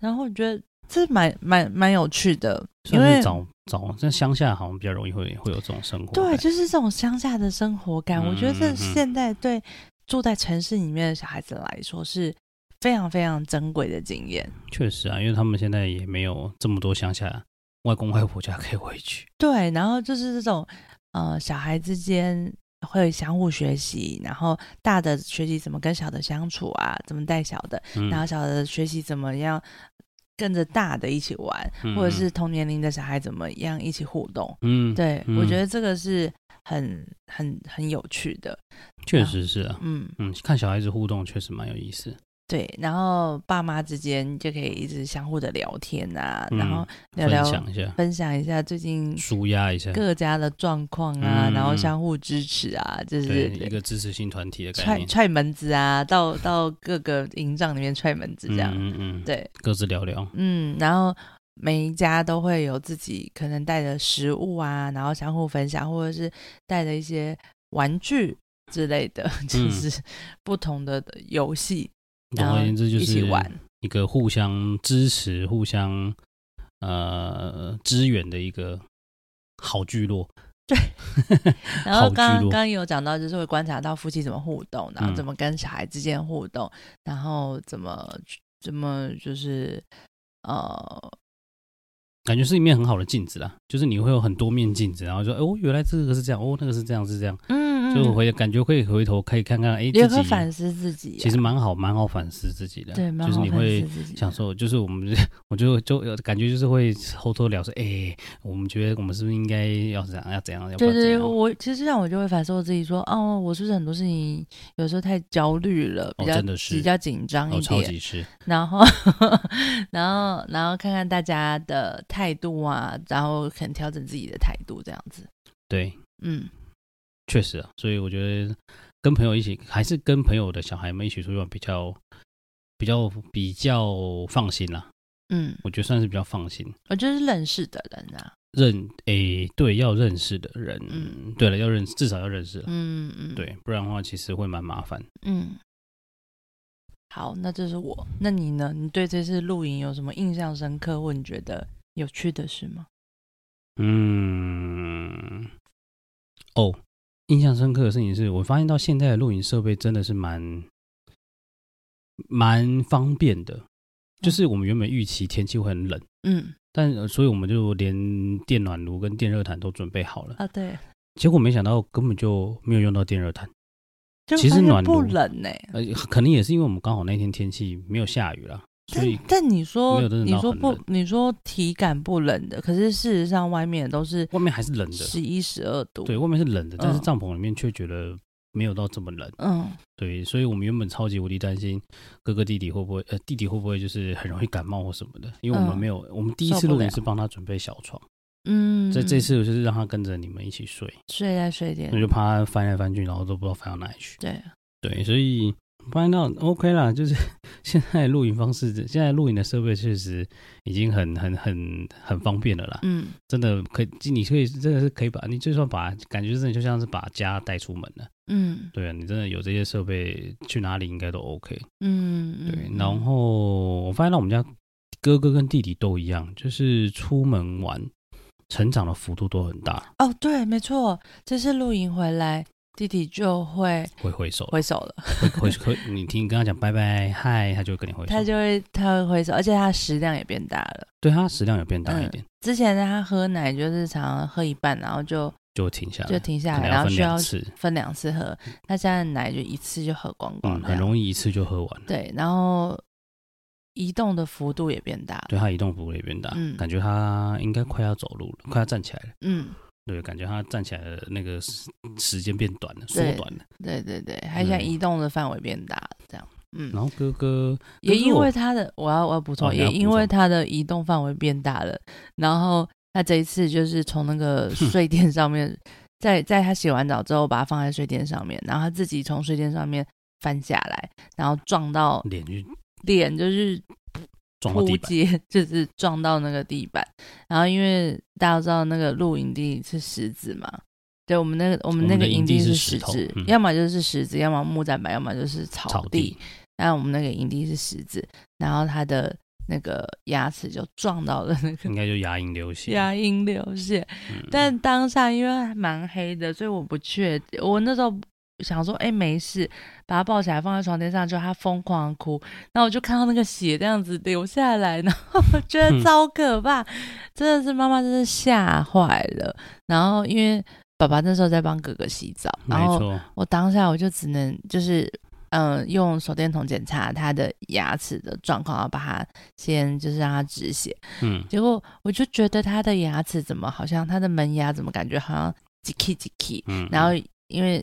S2: 然后我觉得这蛮蛮蛮有趣的，因
S1: 算
S2: 为
S1: 是早早在乡下好像比较容易会会有这种生活感，
S2: 对，就是这种乡下的生活感，我觉得
S1: 嗯嗯
S2: 这
S1: 嗯
S2: 现在对住在城市里面的小孩子来说是非常非常珍贵的经验。
S1: 确实啊，因为他们现在也没有这么多乡下外公外婆家可以回 去。
S2: 对，然后就是这种呃小孩之间会相互学习，然后大的学习怎么跟小的相处啊，怎么带小的，
S1: 嗯
S2: 然后小的学习怎么样跟着大的一起玩，
S1: 嗯
S2: 或者是同年龄的小孩怎么样一起互动。
S1: 嗯，
S2: 对，
S1: 嗯
S2: 我觉得这个是很很很有趣的。
S1: 确实是啊，
S2: 嗯，
S1: 嗯，看小孩子互动确实蛮有意思。
S2: 对。然后爸妈之间就可以一直相互的聊天啊，
S1: 嗯
S2: 然后聊
S1: 分
S2: 聊
S1: 享一下，
S2: 分享一下最近
S1: 舒压一下，
S2: 各家的状况啊，
S1: 嗯
S2: 然后
S1: 嗯
S2: 相互支持啊，就
S1: 对
S2: 是
S1: 一个支持性团体的概
S2: 踹
S1: 念，
S2: 踹门子啊，到到各个营帐里面踹门子这样。
S1: 嗯嗯嗯，
S2: 对，
S1: 各自聊聊，
S2: 嗯，然后每一家都会有自己可能带的食物啊，然后相互分享，或者是带的一些玩具之类的，
S1: 嗯
S2: 就是不同的游戏，
S1: 总
S2: 然后
S1: 而言之就
S2: 一起
S1: 是
S2: 玩。
S1: 一个互相支持、互相呃支援的一个好聚落。
S2: 然后
S1: 好聚
S2: 刚刚
S1: 落
S2: 刚有讲到，就是会观察到夫妻怎么互动，然后
S1: 嗯
S2: 怎么跟小孩之间互动，然后怎么怎么就是呃，
S1: 感觉是一面很好的镜子啦，就是你会有很多面镜子，然后说，哦，原来这个是这样，哦，那个是这样，是这样，
S2: 嗯
S1: 就
S2: 嗯，
S1: 回感觉会回头可以看看，哎，
S2: 也
S1: 自
S2: 会
S1: 己
S2: 反思自己、啊，
S1: 其实蛮好，蛮好反思自己的，
S2: 对，蛮
S1: 就是
S2: 好
S1: 你
S2: 反思
S1: 会
S2: 自己的。
S1: 想说，就是我们， 我就就有感觉就是会偷偷聊说，哎、我们觉得我们是不是应该要怎样，要怎样，要不
S2: 对
S1: 要
S2: 对，
S1: 怎
S2: 对
S1: 样？哦
S2: 我其实这样我就会反思我自己说，哦，我是不是很多事情有时候太焦虑了，比
S1: 哦
S2: 较、
S1: 真的是
S2: 比较紧张
S1: 哦，
S2: 一
S1: 超
S2: 点，
S1: 级是，
S2: 然后然后然后看看大家的态度啊，然后可能调整自己的态度这样子，
S1: 对，
S2: 嗯，
S1: 确实啊，所以我觉得跟朋友一起，还是跟朋友的小孩们一起出去玩比较，比较比较放心啦，
S2: 嗯，
S1: 我觉得算是比较放心。
S2: 我就是认识的人啊，
S1: 认诶、对，要认识的人，
S2: 嗯
S1: 对了，要认识，至少要认识了，
S2: 嗯嗯，，
S1: 对，不然的话其实会蛮麻烦。
S2: 嗯，好，那这是我，那你呢？你对这次露营有什么印象深刻或你觉得有趣的事吗？
S1: 嗯，哦，印象深刻的事情是我发现到现在的录影设备真的是蛮蛮方便的，就是我们原本预期天气会很冷，
S2: 嗯
S1: 但呃所以我们就连电暖炉跟电热毯都准备好了，
S2: 啊，对，
S1: 结果没想到根本就没有用到电热毯，
S2: 就
S1: 其实
S2: 发现
S1: 暖
S2: 不
S1: 炉
S2: 冷呢、欸
S1: 呃，可能也是因为我们刚好那天天气没有下雨啦，所以
S2: 但但你说
S1: 没有真的
S2: 你
S1: 到
S2: 说
S1: 很
S2: 不
S1: 冷
S2: 你说体感不冷的，可是事实上外面都是
S1: 外面还是冷的，
S2: 十一十二度，
S1: 对，外面是冷的，但是
S2: 嗯
S1: 帐篷里面却觉得没有到这么冷。
S2: 嗯，
S1: 对，所以我们原本超级无敌担心哥哥弟弟会不会，呃，弟弟会不会就是很容易感冒或什么的，因为我们
S2: 嗯
S1: 没有，我们第一次
S2: 受不
S1: 露营
S2: 了
S1: 是帮他准备小床，
S2: 嗯，
S1: 这、这次我就是让他跟着你们一起睡，
S2: 睡在睡
S1: 我
S2: 垫，
S1: 就怕他翻来翻去，然后都不知道翻到哪里去。
S2: 对，啊
S1: 对，所以发现到 OK 啦，就是 现在露营方式，现在露营的设备确实已经很很很很方便了啦，
S2: 嗯，
S1: 真的可以，你可以真的是可以把你就算把感觉真的就像是把家带出门了，
S2: 嗯
S1: 对啊，你真的有这些设备去哪里应该都 OK。
S2: 嗯，
S1: 对，
S2: 嗯
S1: 然后我发现到我们家哥哥跟弟弟都一样，就是出门玩，成长的幅度都很大，
S2: 哦，对，没错，这次露营回来，弟弟就会
S1: 会挥手，
S2: 挥手了，
S1: 会会会，你听跟他讲拜拜嗨，他就会跟你挥手，
S2: 他就会他会挥手，而且他食量也变大了。
S1: 对他食量有变大一点，
S2: 之前他喝奶就是常常喝一半，然后就
S1: 就会停下
S2: 就
S1: 来，
S2: 停下
S1: 啊可
S2: 来，
S1: 能
S2: 然后
S1: 分
S2: 需要
S1: 两次，
S2: 分两次喝。他现在奶就一次就喝光光
S1: 嗯，
S2: 这
S1: 很
S2: 样，
S1: 容易一次就喝完，
S2: 对，然后移动的幅度也变大了。
S1: 对他移动幅度也变大，
S2: 嗯
S1: 感觉他应该快要走路了，快要站起来了，
S2: 嗯，
S1: 对，感觉他站起来的那个时时间变短了，缩
S2: 对
S1: 短了，
S2: 对对对，他现在
S1: 嗯
S2: 移动的范围变大了，这样。嗯，
S1: 然后哥哥
S2: 也
S1: 可是
S2: 因
S1: 我
S2: 为他的，我要我要补充，
S1: 哦你
S2: 也
S1: 要
S2: 因
S1: 补
S2: 为
S1: 充
S2: 他的移动范围变大了，然后他这一次就是从那个睡垫上面，在在他洗完澡之后，把它放在睡垫上面，然后他自己从睡垫上面翻下来，然后撞到
S1: 脸就
S2: 脸，就是
S1: 撞到
S2: 扑
S1: 地板，
S2: 街，就是撞到那个地板。然后因为大家都知道那个露营地是石子嘛，对我们那个我们
S1: 我
S2: 那
S1: 们
S2: 个
S1: 的
S2: 营
S1: 营地
S2: 是
S1: 是
S2: 石
S1: 石头
S2: 子，
S1: 嗯
S2: 要么就是石子，要么木栈板，要么就是
S1: 草地，
S2: 但我们那个营地是石子，然后他的那个牙齿就撞到了那个
S1: 应该就牙龈流血，
S2: 牙龈流血。
S1: 嗯
S2: 但当下因为还蛮黑的，所以我不确定。我那时候想说，哎、没事，把他抱起来放在床垫上，就他疯狂地哭，然后我就看到那个血这样子流下来， 然后我觉得
S1: 嗯
S2: 超可怕，真的是妈妈真是吓坏了。然后因为爸爸那时候在帮哥哥洗澡，然
S1: 没
S2: 后
S1: 错，
S2: 我当下我就只能就是嗯、呃用手电筒检查他的牙齿的状况，然后把它先就是让它止血。
S1: 嗯，
S2: 结果我就觉得他的牙齿怎么好像他的门牙怎么感觉好像几 k 几 k，
S1: 嗯，
S2: 然后因为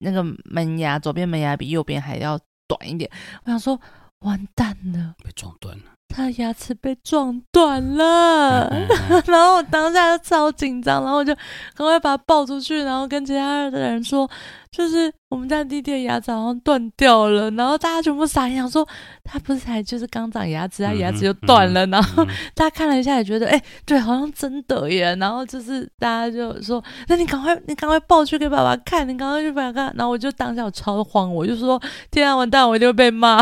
S2: 那个门牙左边门牙比右边还要短一点，我想说完蛋了，
S1: 被撞断了，
S2: 他的牙齿被撞断了。
S1: 嗯嗯
S2: 然后我当下就超紧张，然后我就赶快把他抱出去，然后跟其他的人说，就是我们家弟弟的牙齿好像断掉了，然后大家全部傻眼，想说他不是才就是刚长牙齿，他牙齿就断了，然后
S1: 嗯 嗯
S2: 大家看了一下也觉得，哎、对，好像真的耶，然后就是大家就说，那你赶快你赶快抱去给爸爸看，你赶快去爸爸看，然后我就当下我超慌，我就说，天啊，完蛋，我一定会 被骂，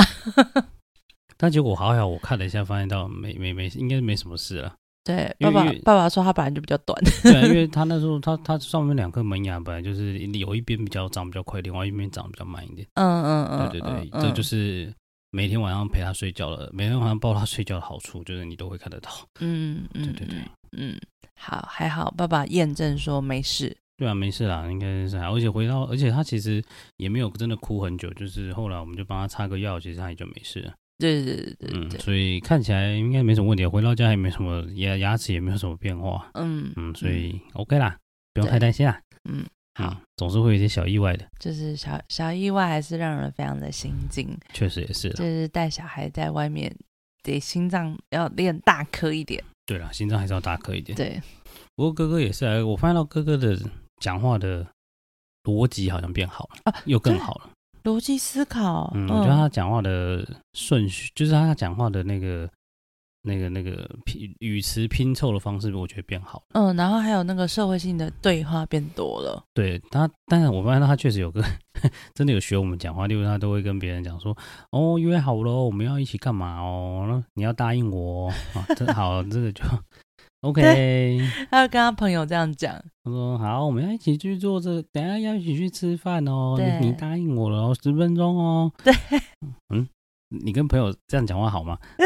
S1: 但结果还好，我看了一下，发现到没没没，应该没什么事 了。
S2: 对，
S1: 因
S2: 爸
S1: 为因
S2: 爸
S1: 为
S2: 爸爸说他本来就比较短，
S1: 对、啊，因为他那时候他他上面两颗门牙本来就是有一边比较长比较快，另外一边长得比较慢一点。
S2: 嗯嗯嗯，
S1: 对对对，
S2: 嗯
S1: 这就
S2: 嗯
S1: 是每天晚上陪他睡觉的，每天晚上抱他睡觉的好处，就是你都会看得到。
S2: 嗯，
S1: 对
S2: 嗯
S1: 对对，
S2: 嗯，嗯好，还好，爸爸验证说没事。
S1: 对啊，没事啦，应该是还好。而且回到，而且他其实也没有真的哭很久，就是后来我们就帮他擦个药，其实他也就没事了。
S2: 对对对对对
S1: 嗯，
S2: 对，
S1: 所以看起来应该没什么问题。回到家也没什么牙牙齿也没有什么变化。
S2: 嗯
S1: 嗯，所以 OK 啦，不用
S2: 对
S1: 太担心啦。
S2: 嗯，好
S1: 嗯，，总是会有一些小意外的，
S2: 就是小小意外还是让人非常的心惊，
S1: 确实也是啦。
S2: 就是带小孩在外面得心脏要练大颗一点，
S1: 对了，心脏还是要大颗一点。
S2: 对，
S1: 不过哥哥也是啊，我发现到哥哥的讲话的逻辑好像变好了，
S2: 啊
S1: 又更
S2: 对
S1: 好了。
S2: 逻辑思考，
S1: 嗯，我觉得他讲话的顺序，就是他讲话的那个、那个、那个拼语词拼凑的方式，我觉得变好了。
S2: 嗯，然后还有那个社会性的对话变多了，
S1: 对他，但是我发现到他确实有个真的有学我们讲话，例如他都会跟别人讲说：“哦，约好了哦，我们要一起干嘛哦？那你要答应我哦。啊，这好，这个就 OK，
S2: 他就跟他朋友这样讲，
S1: 他说好，我们要一起去做这，等一下要一起去吃饭哦。
S2: 对
S1: 你你答应我了哦，十分钟哦。
S2: 对，
S1: 嗯，你跟朋友这样讲话好吗？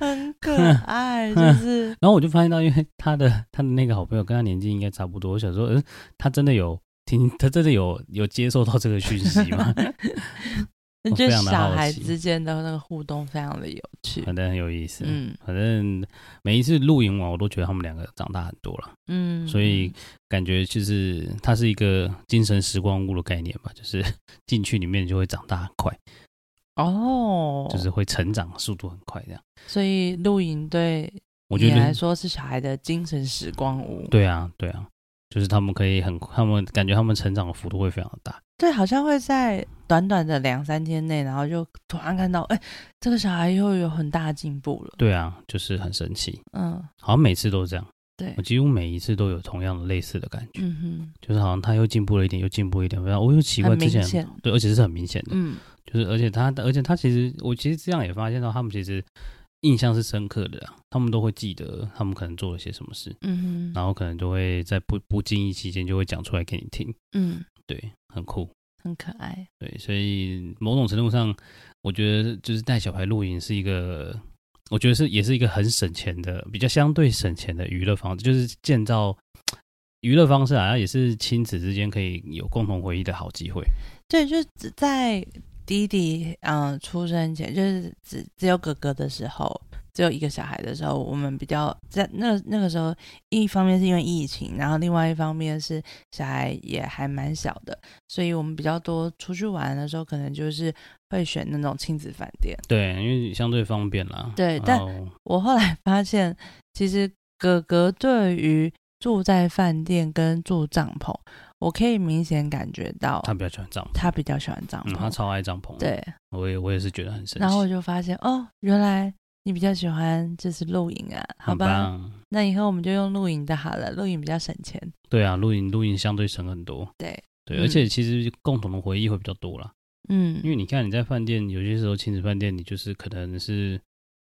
S2: 很可爱，就是
S1: 然后我就发现到，因为他的他的那个好朋友跟他年纪应该差不多，我想说，嗯，他真的有听，他真的有有接受到这个讯息 吗？
S2: 我
S1: 我
S2: 觉
S1: 非
S2: 得
S1: 常地
S2: 小
S1: 好
S2: 孩
S1: 奇
S2: 之间的那个互动非常的有趣。
S1: 反正很有意思。
S2: 嗯
S1: 反正每一次露营完，我都觉得他们两个长大很多了，
S2: 嗯，
S1: 所以感觉就是它是一个精神时光屋的概念吧，就是 进去里面就会长大很快，
S2: 哦，
S1: 就是会成长速度很快这样。
S2: 所以露营对
S1: 我觉
S2: 你来
S1: 得
S2: 说是小孩的精神时光屋。
S1: 对啊，对啊，就是他们可以很，他们感觉他们成长的幅度会非常的大。
S2: 对，好像会在短短的两三天内，然后就突然看到，哎、这个小孩又有很大的进步了。
S1: 对啊，就是很神奇，
S2: 嗯，
S1: 好像每次都这样，
S2: 对
S1: 我，几乎每一次都有同样的类似的感觉，
S2: 嗯
S1: 就是好像他又进步了一点，又进步一点，然后我又奇
S2: 哼，
S1: 怪
S2: 很
S1: 之
S2: 明
S1: 前
S2: 显。
S1: 对，而且是很明显的。
S2: 嗯，
S1: 就是而且他，而且他其实我其实这样也发现到，他们其实印象是深刻的啊，他们都会记得他们可能做了些什么事，
S2: 嗯哼，
S1: 然后可能就会在不不经意期间就会讲出来给你听，
S2: 嗯，
S1: 对，很酷，
S2: 很可爱。
S1: 对，所以某种程度上，我觉得就是带小孩露营是一个，我觉得是也是一个很省钱的，比较相对省钱的娱乐方式，就是建造娱乐方式啊，也是亲子之间可以有共同回忆的好机会，
S2: 对，就是只在弟弟嗯、呃出生前，就是只只有哥哥的时候，只有一个小孩的时候，我们比较在那那个时候，一方面是因为疫情，然后另外一方面是小孩也还蛮小的，所以我们比较多出去玩的时候，可能就是会选那种亲子饭店。
S1: 对，因为相对方便啦，
S2: 对
S1: 然
S2: 但哦
S1: 后
S2: 我后来发现，其实哥哥对于住在饭店跟住帐篷，我可以明显感觉到
S1: 他比较喜欢帐篷。
S2: 他比较喜欢帐
S1: 嗯，
S2: 篷。
S1: 他超爱帐篷。，
S2: 对，
S1: 我也我也是觉得很神奇。
S2: 然后我就发现哦，原来你比较喜欢就是露营啊，好
S1: 很
S2: 吧？
S1: 棒，
S2: 那以后我们就用露营的好了，露营比较省钱。
S1: 对啊，露营露营相对省很多。
S2: 对，
S1: 对，
S2: 嗯
S1: 而且其实共同的回忆会比较多啦，
S2: 嗯
S1: 因，为你看你在饭店，有些时候亲子饭店，你就是可能是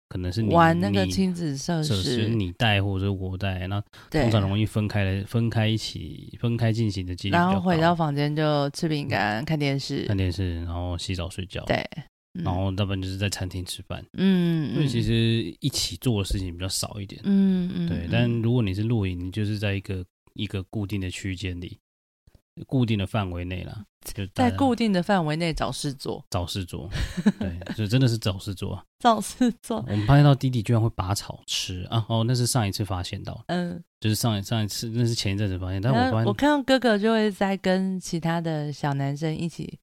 S1: 可能是你
S2: 玩那个
S1: 你
S2: 亲子设
S1: 设施，
S2: 施，
S1: 你带或者是我带，那
S2: 对
S1: 通，常容易分开来分开一起分开进行的几率比
S2: 然
S1: 较高。
S2: 后回到房间就吃饼干、看电视
S1: 看，电视，然后洗澡睡觉，
S2: 对，嗯
S1: 然后要不然就是在餐厅吃饭，
S2: 嗯，
S1: 所以
S2: 嗯
S1: 其实一起做的事情比较少一点。
S2: 嗯嗯，
S1: 对
S2: 嗯，
S1: 但如果你是露营，你就是在一个一个固定的区间里、固定的范围内啦，就大
S2: 在
S1: 家
S2: 固定的范围内找事做，
S1: 找事做。对，就真的是找事做啊。
S2: 找事做，
S1: 我们发现到弟弟居然会拔草吃啊！哦，那是上一次发现到，
S2: 嗯，
S1: 就是上一上一次，那是前一阵子发现，但
S2: 然
S1: 我
S2: 后
S1: 发
S2: 我
S1: 现
S2: 看到哥哥就会在跟其他的小男生一起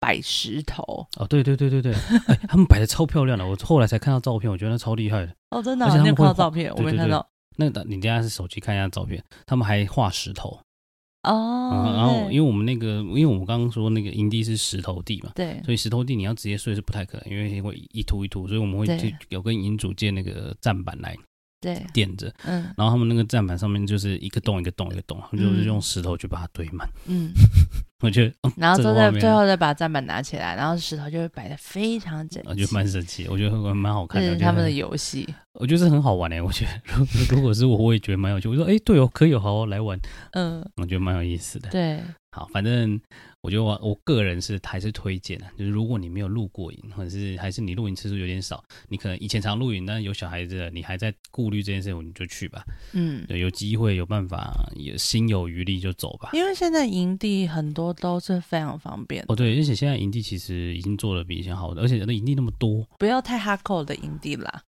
S2: 摆石头，
S1: 哦，对对对对对，哎，他们摆的超漂亮的，我后来才看到照片，我觉得那超厉害的。
S2: 哦，真的
S1: 而
S2: 哦，
S1: 且他
S2: 你
S1: 们
S2: 有看
S1: 会画
S2: 到照片，我
S1: 对
S2: 没
S1: 对啊
S2: 看
S1: 对
S2: 到
S1: 那个你等一下是手机看一下照片，他们还画石头，嗯，然
S2: 哦
S1: 后，因为我们那个，因为我们刚刚说那个营地是石头地嘛，
S2: 对
S1: 所以石头地你要直接睡是不太可能，因为会一凸一凸，所以我们会
S2: 对
S1: 去有跟营主借那个站板来
S2: 对对，
S1: 垫着，
S2: 嗯
S1: 然后他们那个站板上面就是一个洞一个洞一个洞，他们就是用石头去把它堆满。
S2: 嗯，
S1: 我觉得，哦、
S2: 然后
S1: 这个
S2: 都
S1: 画
S2: 在啊
S1: 面
S2: 最后再把砧板拿起来，然后石头就会摆的非常整
S1: 我觉啊
S2: 齐
S1: 得，蛮神奇的，我觉得蛮蛮好
S2: 这
S1: 看的。我
S2: 是
S1: 觉得
S2: 嗯他们的
S1: 很
S2: 游戏，
S1: 我觉得是很好玩哎、我觉得如如果是我，我也觉得蛮有趣。我说，哎、对哦，可以哦，好哦来玩，
S2: 嗯，
S1: 我觉得蛮有意思的。
S2: 对，
S1: 好，反正我觉得我我个人是还是推荐的、就是如果你没有露过营，或者是还是你露营次数有点少，你可能以前常露营，但是有小孩子了，你还在顾虑这件事情，你就去吧。
S2: 嗯，
S1: 对，有机会有办法，也心有余力就走吧。
S2: 因为现在营地很多都是非常方便，
S1: 哦，对，而且现在营地其实已经做的比以前好的，而且那营地那么多，
S2: 不要太哈扣的营地啦，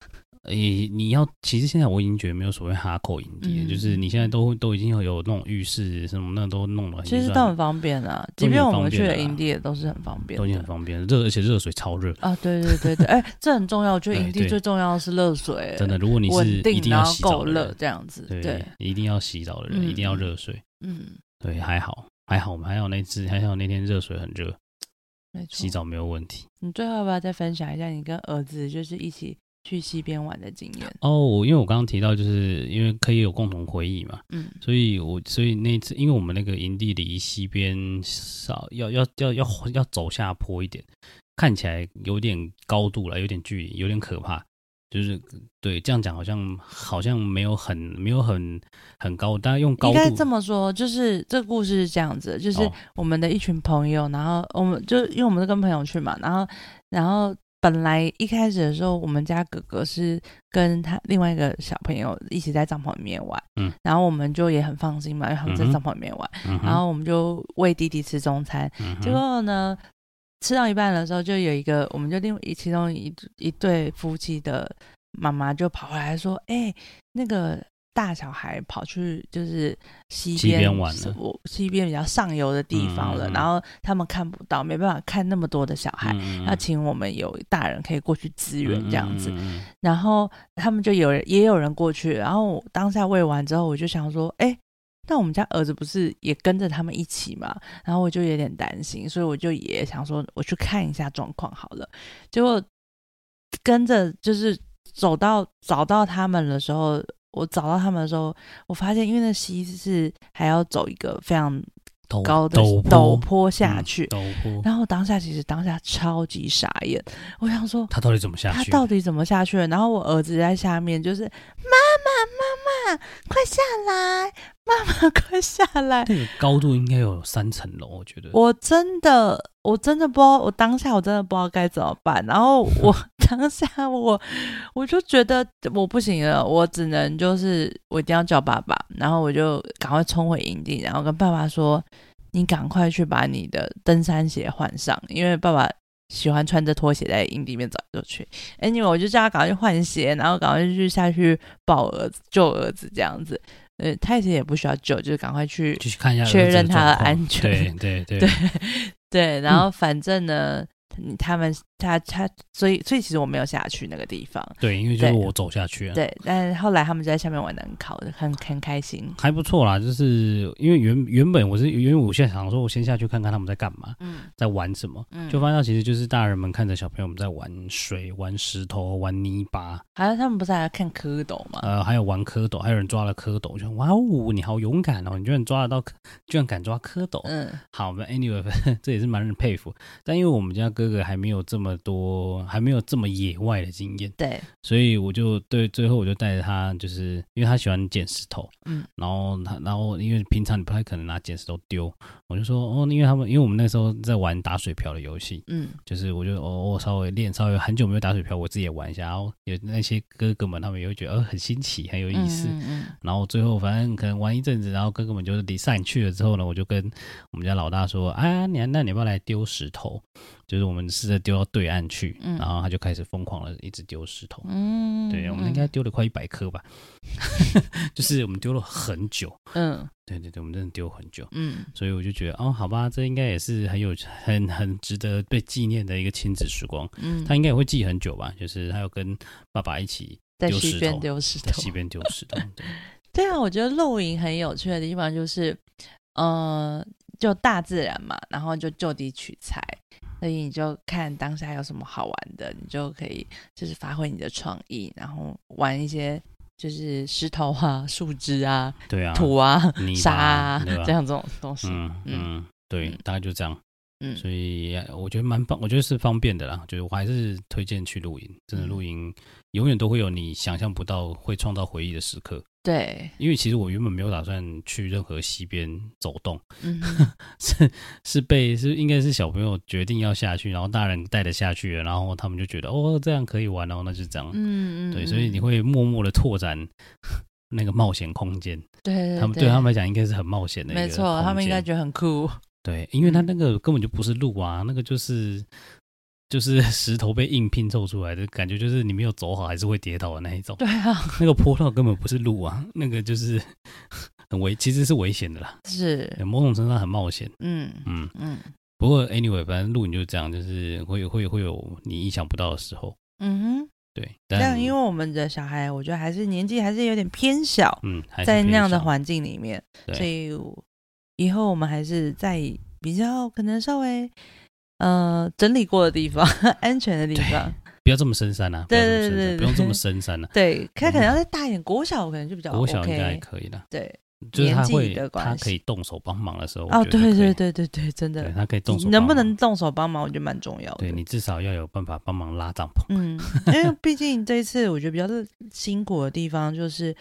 S1: 诶，你要其实现在我已经觉得没有所谓哈口营地了，
S2: 嗯
S1: 就是你现在都都已经有那种浴室什么那都弄了，
S2: 其实都很方便啊，
S1: 啊都
S2: 即便
S1: 很
S2: 我
S1: 方
S2: 们去
S1: 便的
S2: 的
S1: 啦
S2: 营地也都是很方便
S1: 都已经
S2: 的
S1: 很。方便，热而且热水超热，
S2: 啊，对对对对，哎，这很重要。我觉得
S1: 哎
S2: 营地
S1: 对
S2: 最重要的是热水，
S1: 真的。如果你是
S2: 稳
S1: 一
S2: 定，
S1: 定要
S2: 然后
S1: 洗澡
S2: 够
S1: 的人
S2: 热，这样子。
S1: 对，
S2: 对，
S1: 一定要洗澡的人、
S2: 嗯
S1: 一定要热水。
S2: 嗯，
S1: 对，还好，还好，我们还有那次，还好那天热水很热，
S2: 没错。
S1: 洗澡没有问题。
S2: 你最后要不要再分享一下你跟儿子就是一起去溪边玩的经验？
S1: 哦，我因为我刚刚提到，就是因为可以有共同回忆嘛，
S2: 嗯，
S1: 所以我所以那次，因为我们那个营地离西边少，要要要要要走下坡一点，看起来有点高度了，有点距离，有点可怕。就是对这样讲好像好像没有很没有很很高，但用高
S2: 应
S1: 度
S2: 该这么说，就是这故事是这样子，就是
S1: 哦
S2: 我们的一群朋友，然后我们就因为我们是跟朋友去嘛，然后然后本来一开始的时候，我们家哥哥是跟他另外一个小朋友一起在帐篷里面玩，
S1: 嗯，
S2: 然后我们就也很放心嘛，因为他们在
S1: 嗯哼
S2: 帐篷里面玩，
S1: 嗯哼
S2: 然后我们就喂弟弟吃中餐，
S1: 嗯哼
S2: 结果呢，吃到一半的时候，就有一个，我们就另一其中一一对夫妻的妈妈就跑回来说：“哎、那个大小孩跑去就是西
S1: 西
S2: 边
S1: 边玩了
S2: 我西边比较上游的地方
S1: 嗯
S2: 了，
S1: 嗯嗯
S2: 然后他们看不到，没办法看那么多的小孩。
S1: 嗯
S2: 要请我们有大人可以过去支援这样子，
S1: 嗯嗯嗯
S2: 然后他们就有人也有人过去，然后我当下喂完之后，我就想说，哎、那我们家儿子不是也跟着他们一起嘛？然后我就有点担心，所以我就也想说，我去看一下状况好了。结果跟着就是走到找到他们的时候，我找到他们的时候，我发现因为那溪是还要走一个非常
S1: 陡
S2: 高的
S1: 陡
S2: 陡
S1: 坡嗯
S2: 坡下去，
S1: 陡坡，
S2: 然后当下其实当下超级傻眼，我想说
S1: 他到底怎么下
S2: 他
S1: 去？
S2: 到底怎么下去的？然后我儿子在下面就是妈妈妈妈快下来，妈妈快下来。
S1: 那个高度应该有三层楼，我觉得。
S2: 我真的，我真的不知道，我当下我真的不知道该怎么办。然后我当下我，我就觉得我不行了，我只能就是我一定要叫爸爸。然后我就赶快冲回营地，然后跟爸爸说：“你赶快去把你的登山鞋换上，因为爸爸喜欢穿着拖鞋在营地里面走来走去。” anyway，我就叫他赶快去换鞋，然后赶快去下去抱儿子、救儿子这样子。呃，他其实也不需要救，就是赶快去
S1: 就去看一下儿子
S2: 确认
S1: 的
S2: 他的
S1: 状况
S2: 安全
S1: 对对
S2: 对
S1: 对，
S2: 对，
S1: 嗯
S2: 然后反正呢，你他们他他，所以所以其实我没有下去那个地方，
S1: 对，因为就是
S2: 对
S1: 我走下去啊，
S2: 对，但是后来他们就在下面玩的很考的，很很开心，
S1: 还不错啦。就是因为原原本我是因为我现在想说，我先下去看看他们在干嘛，
S2: 嗯
S1: 在玩什么，
S2: 嗯，
S1: 就发现其实就是大人们看着小朋友们在玩水、玩石头、玩泥巴，
S2: 好像他们不是还看蝌蚪吗？
S1: 呃，还有玩蝌蚪，还有人抓了蝌蚪，就哇哦，你好勇敢哦，你居然抓得到蝌，居然敢抓蝌蚪。
S2: 嗯
S1: 好，我们 anyway，反 正这也是蛮让人佩服。但因为我们家哥哥还没有这么多，还没有这么野外的经验，
S2: 对，
S1: 所以我就对最后我就带着他，就是因为他喜欢捡石头，
S2: 嗯
S1: 然后他然后因为平常你不太可能拿捡石头丢，我就说哦，因为他们因为我们那时候在玩打水漂的游戏，
S2: 嗯
S1: 就是我就哦我稍微练稍微很久没有打水漂，我自己也玩一下，然后有那些哥哥们他们也会觉得呃很新奇很有意思，
S2: 嗯嗯
S1: 然后最后反正可能玩一阵子，然后哥哥们就是离散去了之后呢，我就跟我们家老大说：“啊，你那你要不要来丢石头？就是我们试着丢到对岸去。
S2: 嗯
S1: 然后他就开始疯狂的一直丢石头。
S2: 嗯，
S1: 对，我们应该丢了快一百颗吧， 就是我们丢了很久。
S2: 嗯
S1: 对对对，我们真的丢很久。
S2: 嗯
S1: 所以我就觉得，哦，好吧，这应该也是很有、很很值得被纪念的一个亲子时光。
S2: 嗯，
S1: 他应该也会记很久吧，就是他要跟爸爸一起
S2: 在
S1: 丢
S2: 西
S1: 石
S2: 边
S1: 头
S2: 丢石
S1: 在
S2: 头
S1: 西，边丢石头。对，
S2: 对啊，我觉得露营很有趣的地方就是，呃，就大自然嘛，然后就就地取材，所以你就看当下有什么好玩的，你就可以就是发挥你的创意，然后玩一些就是石头啊、树枝啊、
S1: 对啊，
S2: 土啊、
S1: 泥巴
S2: 沙啊
S1: 对吧
S2: 这样这种东西。
S1: 嗯嗯，对
S2: 嗯，
S1: 大概就这样。
S2: 嗯
S1: 所以呃我觉得蛮方，我觉得是方便的啦。就是我还是推荐去露营，真的
S2: 嗯
S1: 露营永远都会有你想象不到会创造回忆的时刻。
S2: 对，
S1: 因为其实我原本没有打算去任何溪边走动，
S2: 嗯哼，
S1: 是是被是应该是小朋友决定要下去，然后大人带着下去了，然后他们就觉得哦这样可以玩哦，那就这样。
S2: 嗯嗯，
S1: 对，所以
S2: 嗯
S1: 你会默默的拓展 那个冒险空间。
S2: 对对
S1: 他们对他们来讲应该是很冒险的一个
S2: 没错，他
S1: 空
S2: 们应
S1: 间
S2: 该觉得很酷。
S1: 对，因为它
S2: 嗯
S1: 那个根本就不是路啊，那个就是就是 石头被硬拼凑出来的感觉，就是你没有走好还是会跌倒的那一种。
S2: 对啊，
S1: 那个坡道根本不是路啊，那个就是 很危，其实是危险的啦，
S2: 是，
S1: 某种程度上很冒险。
S2: 嗯
S1: 嗯，
S2: 嗯
S1: 不过 anyway，反正露营就是这样，就是会会会有你意想不到的时候。
S2: 嗯哼。
S1: 对，但
S2: 但因为我们的小孩，我觉得还是年纪还是有点偏小，
S1: 嗯，还是
S2: 在那
S1: 偏
S2: 样的
S1: 向
S2: 环境里面，
S1: 对
S2: 所以我以后我们还是在比较可能稍微呃整理过的地方、 安全的地方，
S1: 不要这么深山啊，不要这么
S2: 对对
S1: 深
S2: 对
S1: 山，不用这么深山啊。
S2: 对，他可能
S1: 我
S2: 要再大一点，国小可能就比较
S1: 国小应该还
S2: 哦 OK，
S1: 可以啦。
S2: 对，
S1: 就是他
S2: 年纪
S1: 会
S2: 的关
S1: 他
S2: 系
S1: 可以动手帮忙的时候，我
S2: 哦，
S1: 觉得可
S2: 对
S1: 以
S2: 对对对对，真
S1: 对
S2: 的，
S1: 他可以动手，
S2: 能不能？动手帮忙，我觉得蛮重要的。
S1: 对你至少要有办法帮忙拉帐篷。
S2: 嗯， 因为毕竟这一次我觉得比较辛苦的地方就是，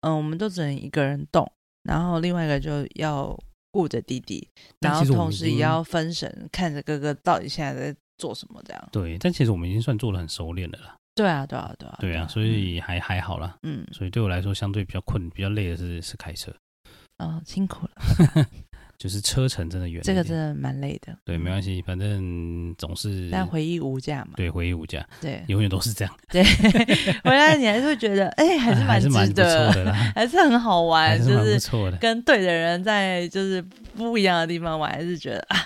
S2: 嗯，我们都只能一个人动，然后另外一个就要顾着弟弟，
S1: 但
S2: 然后
S1: 其实我们
S2: 同
S1: 已
S2: 时也
S1: 经
S2: 要分神看着哥哥到底现在在做什么这样。
S1: 对，但其实我们已经算做的很熟练的了啦。
S2: 对啊，对啊，对啊，
S1: 对啊，所以还还好啦。
S2: 嗯，
S1: 所以对我来说，相对比较困、比较累的是是开车，
S2: 嗯哦，辛苦了，
S1: 就是车程真的远一
S2: 这
S1: 点。
S2: 个真的蛮累的。
S1: 对，没
S2: 系，
S1: 关系，反正总是
S2: 但回忆无价嘛。
S1: 对回忆无价，
S2: 对
S1: 永远都是这样，
S2: 对，回来你还是会觉得，哎， 还是
S1: 还
S2: 蛮
S1: 是蛮
S2: 值
S1: 不错
S2: 得，
S1: 的啦，
S2: 还是很好玩
S1: 还，是
S2: 就
S1: 蛮
S2: 是
S1: 不错的。
S2: 跟对的人在就是不一样的地方玩，还是觉得啊，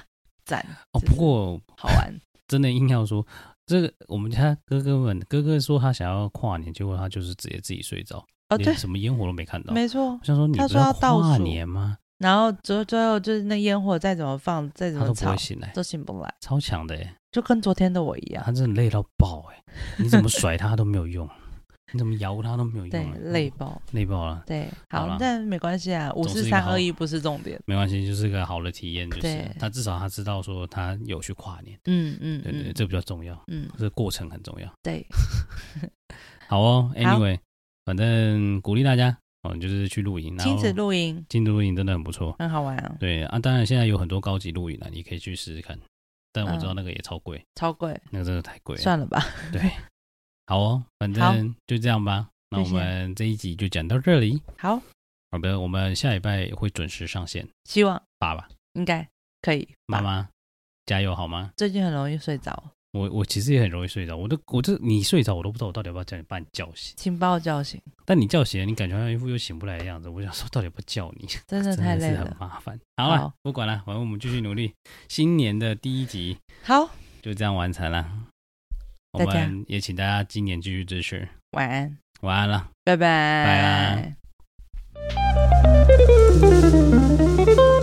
S2: 赞
S1: 哦，
S2: 就是
S1: 不过
S2: 好 玩。
S1: 真的硬要说，这个我们家哥哥们，哥哥说他想要跨年，结果他就是直接自己睡着，
S2: 哦，
S1: 连
S2: 对，
S1: 什么烟火都没看到。
S2: 没错
S1: 我。想说，你
S2: 他
S1: 不
S2: 说要倒
S1: 跨
S2: 数
S1: 年吗？
S2: 然后最后最后就是那烟火再怎么放，再怎
S1: 他
S2: 么
S1: 都不
S2: 吵
S1: 会，醒来，
S2: 都醒不来，
S1: 超强的哎，
S2: 就跟昨天的我一样
S1: 他，真的累到爆哎！你怎么甩他都没有用， 你怎么摇他都没有
S2: 对
S1: 用，，欸哦
S2: 累爆，
S1: 累爆了。
S2: 对，
S1: 好啦
S2: 好，但没关系啊，五
S1: 总是
S2: 四
S1: 一个
S2: 三
S1: 好
S2: 二一不是重点，
S1: 没关系，就是个好的体验，就是
S2: 对
S1: 他至少他知道说他有去跨年，
S2: 嗯嗯
S1: 对对对，
S2: 嗯
S1: 这比较重要，
S2: 嗯，
S1: 这个过程很重要。
S2: 对，
S1: 好哦
S2: 好
S1: ，Anyway，反正鼓励大家，哦，就是去露营，然后
S2: 亲子露营
S1: 亲子露营真的很不错。
S2: 很好玩啊，
S1: 对啊，当然现在有很多高级露营啊了，你可以去试试看，但我知道那个也超贵，
S2: 超贵，
S1: 那个真的太贵了。
S2: 嗯算了吧，
S1: 对，好哦，反正就这样吧。那我
S2: 谢谢
S1: 们这一集就讲到这里。
S2: 好，
S1: 好的，我们下礼拜会准时上线。
S2: 希望
S1: 爸爸
S2: 应该可以。
S1: 妈，妈，加油好吗？
S2: 最近很容易睡着，
S1: 我我其实也很容易睡着，我都我这你睡着我都不知道我到底要不要叫你把你叫醒，
S2: 请把我叫醒，
S1: 但你叫醒了，你感觉好像一副又醒不来的样子，我想说到底要不要叫你，
S2: 真的
S1: 啊真
S2: 太
S1: 的
S2: 累
S1: 是
S2: 了
S1: 很。麻烦。好了
S2: 好，
S1: 不管了，反正我们继续努力。新年的第一集
S2: 好，
S1: 就这样完成了，我
S2: 大家
S1: 们也请大家今年继续支持。
S2: 晚安，
S1: 晚安了。
S2: 拜拜，
S1: 拜啦。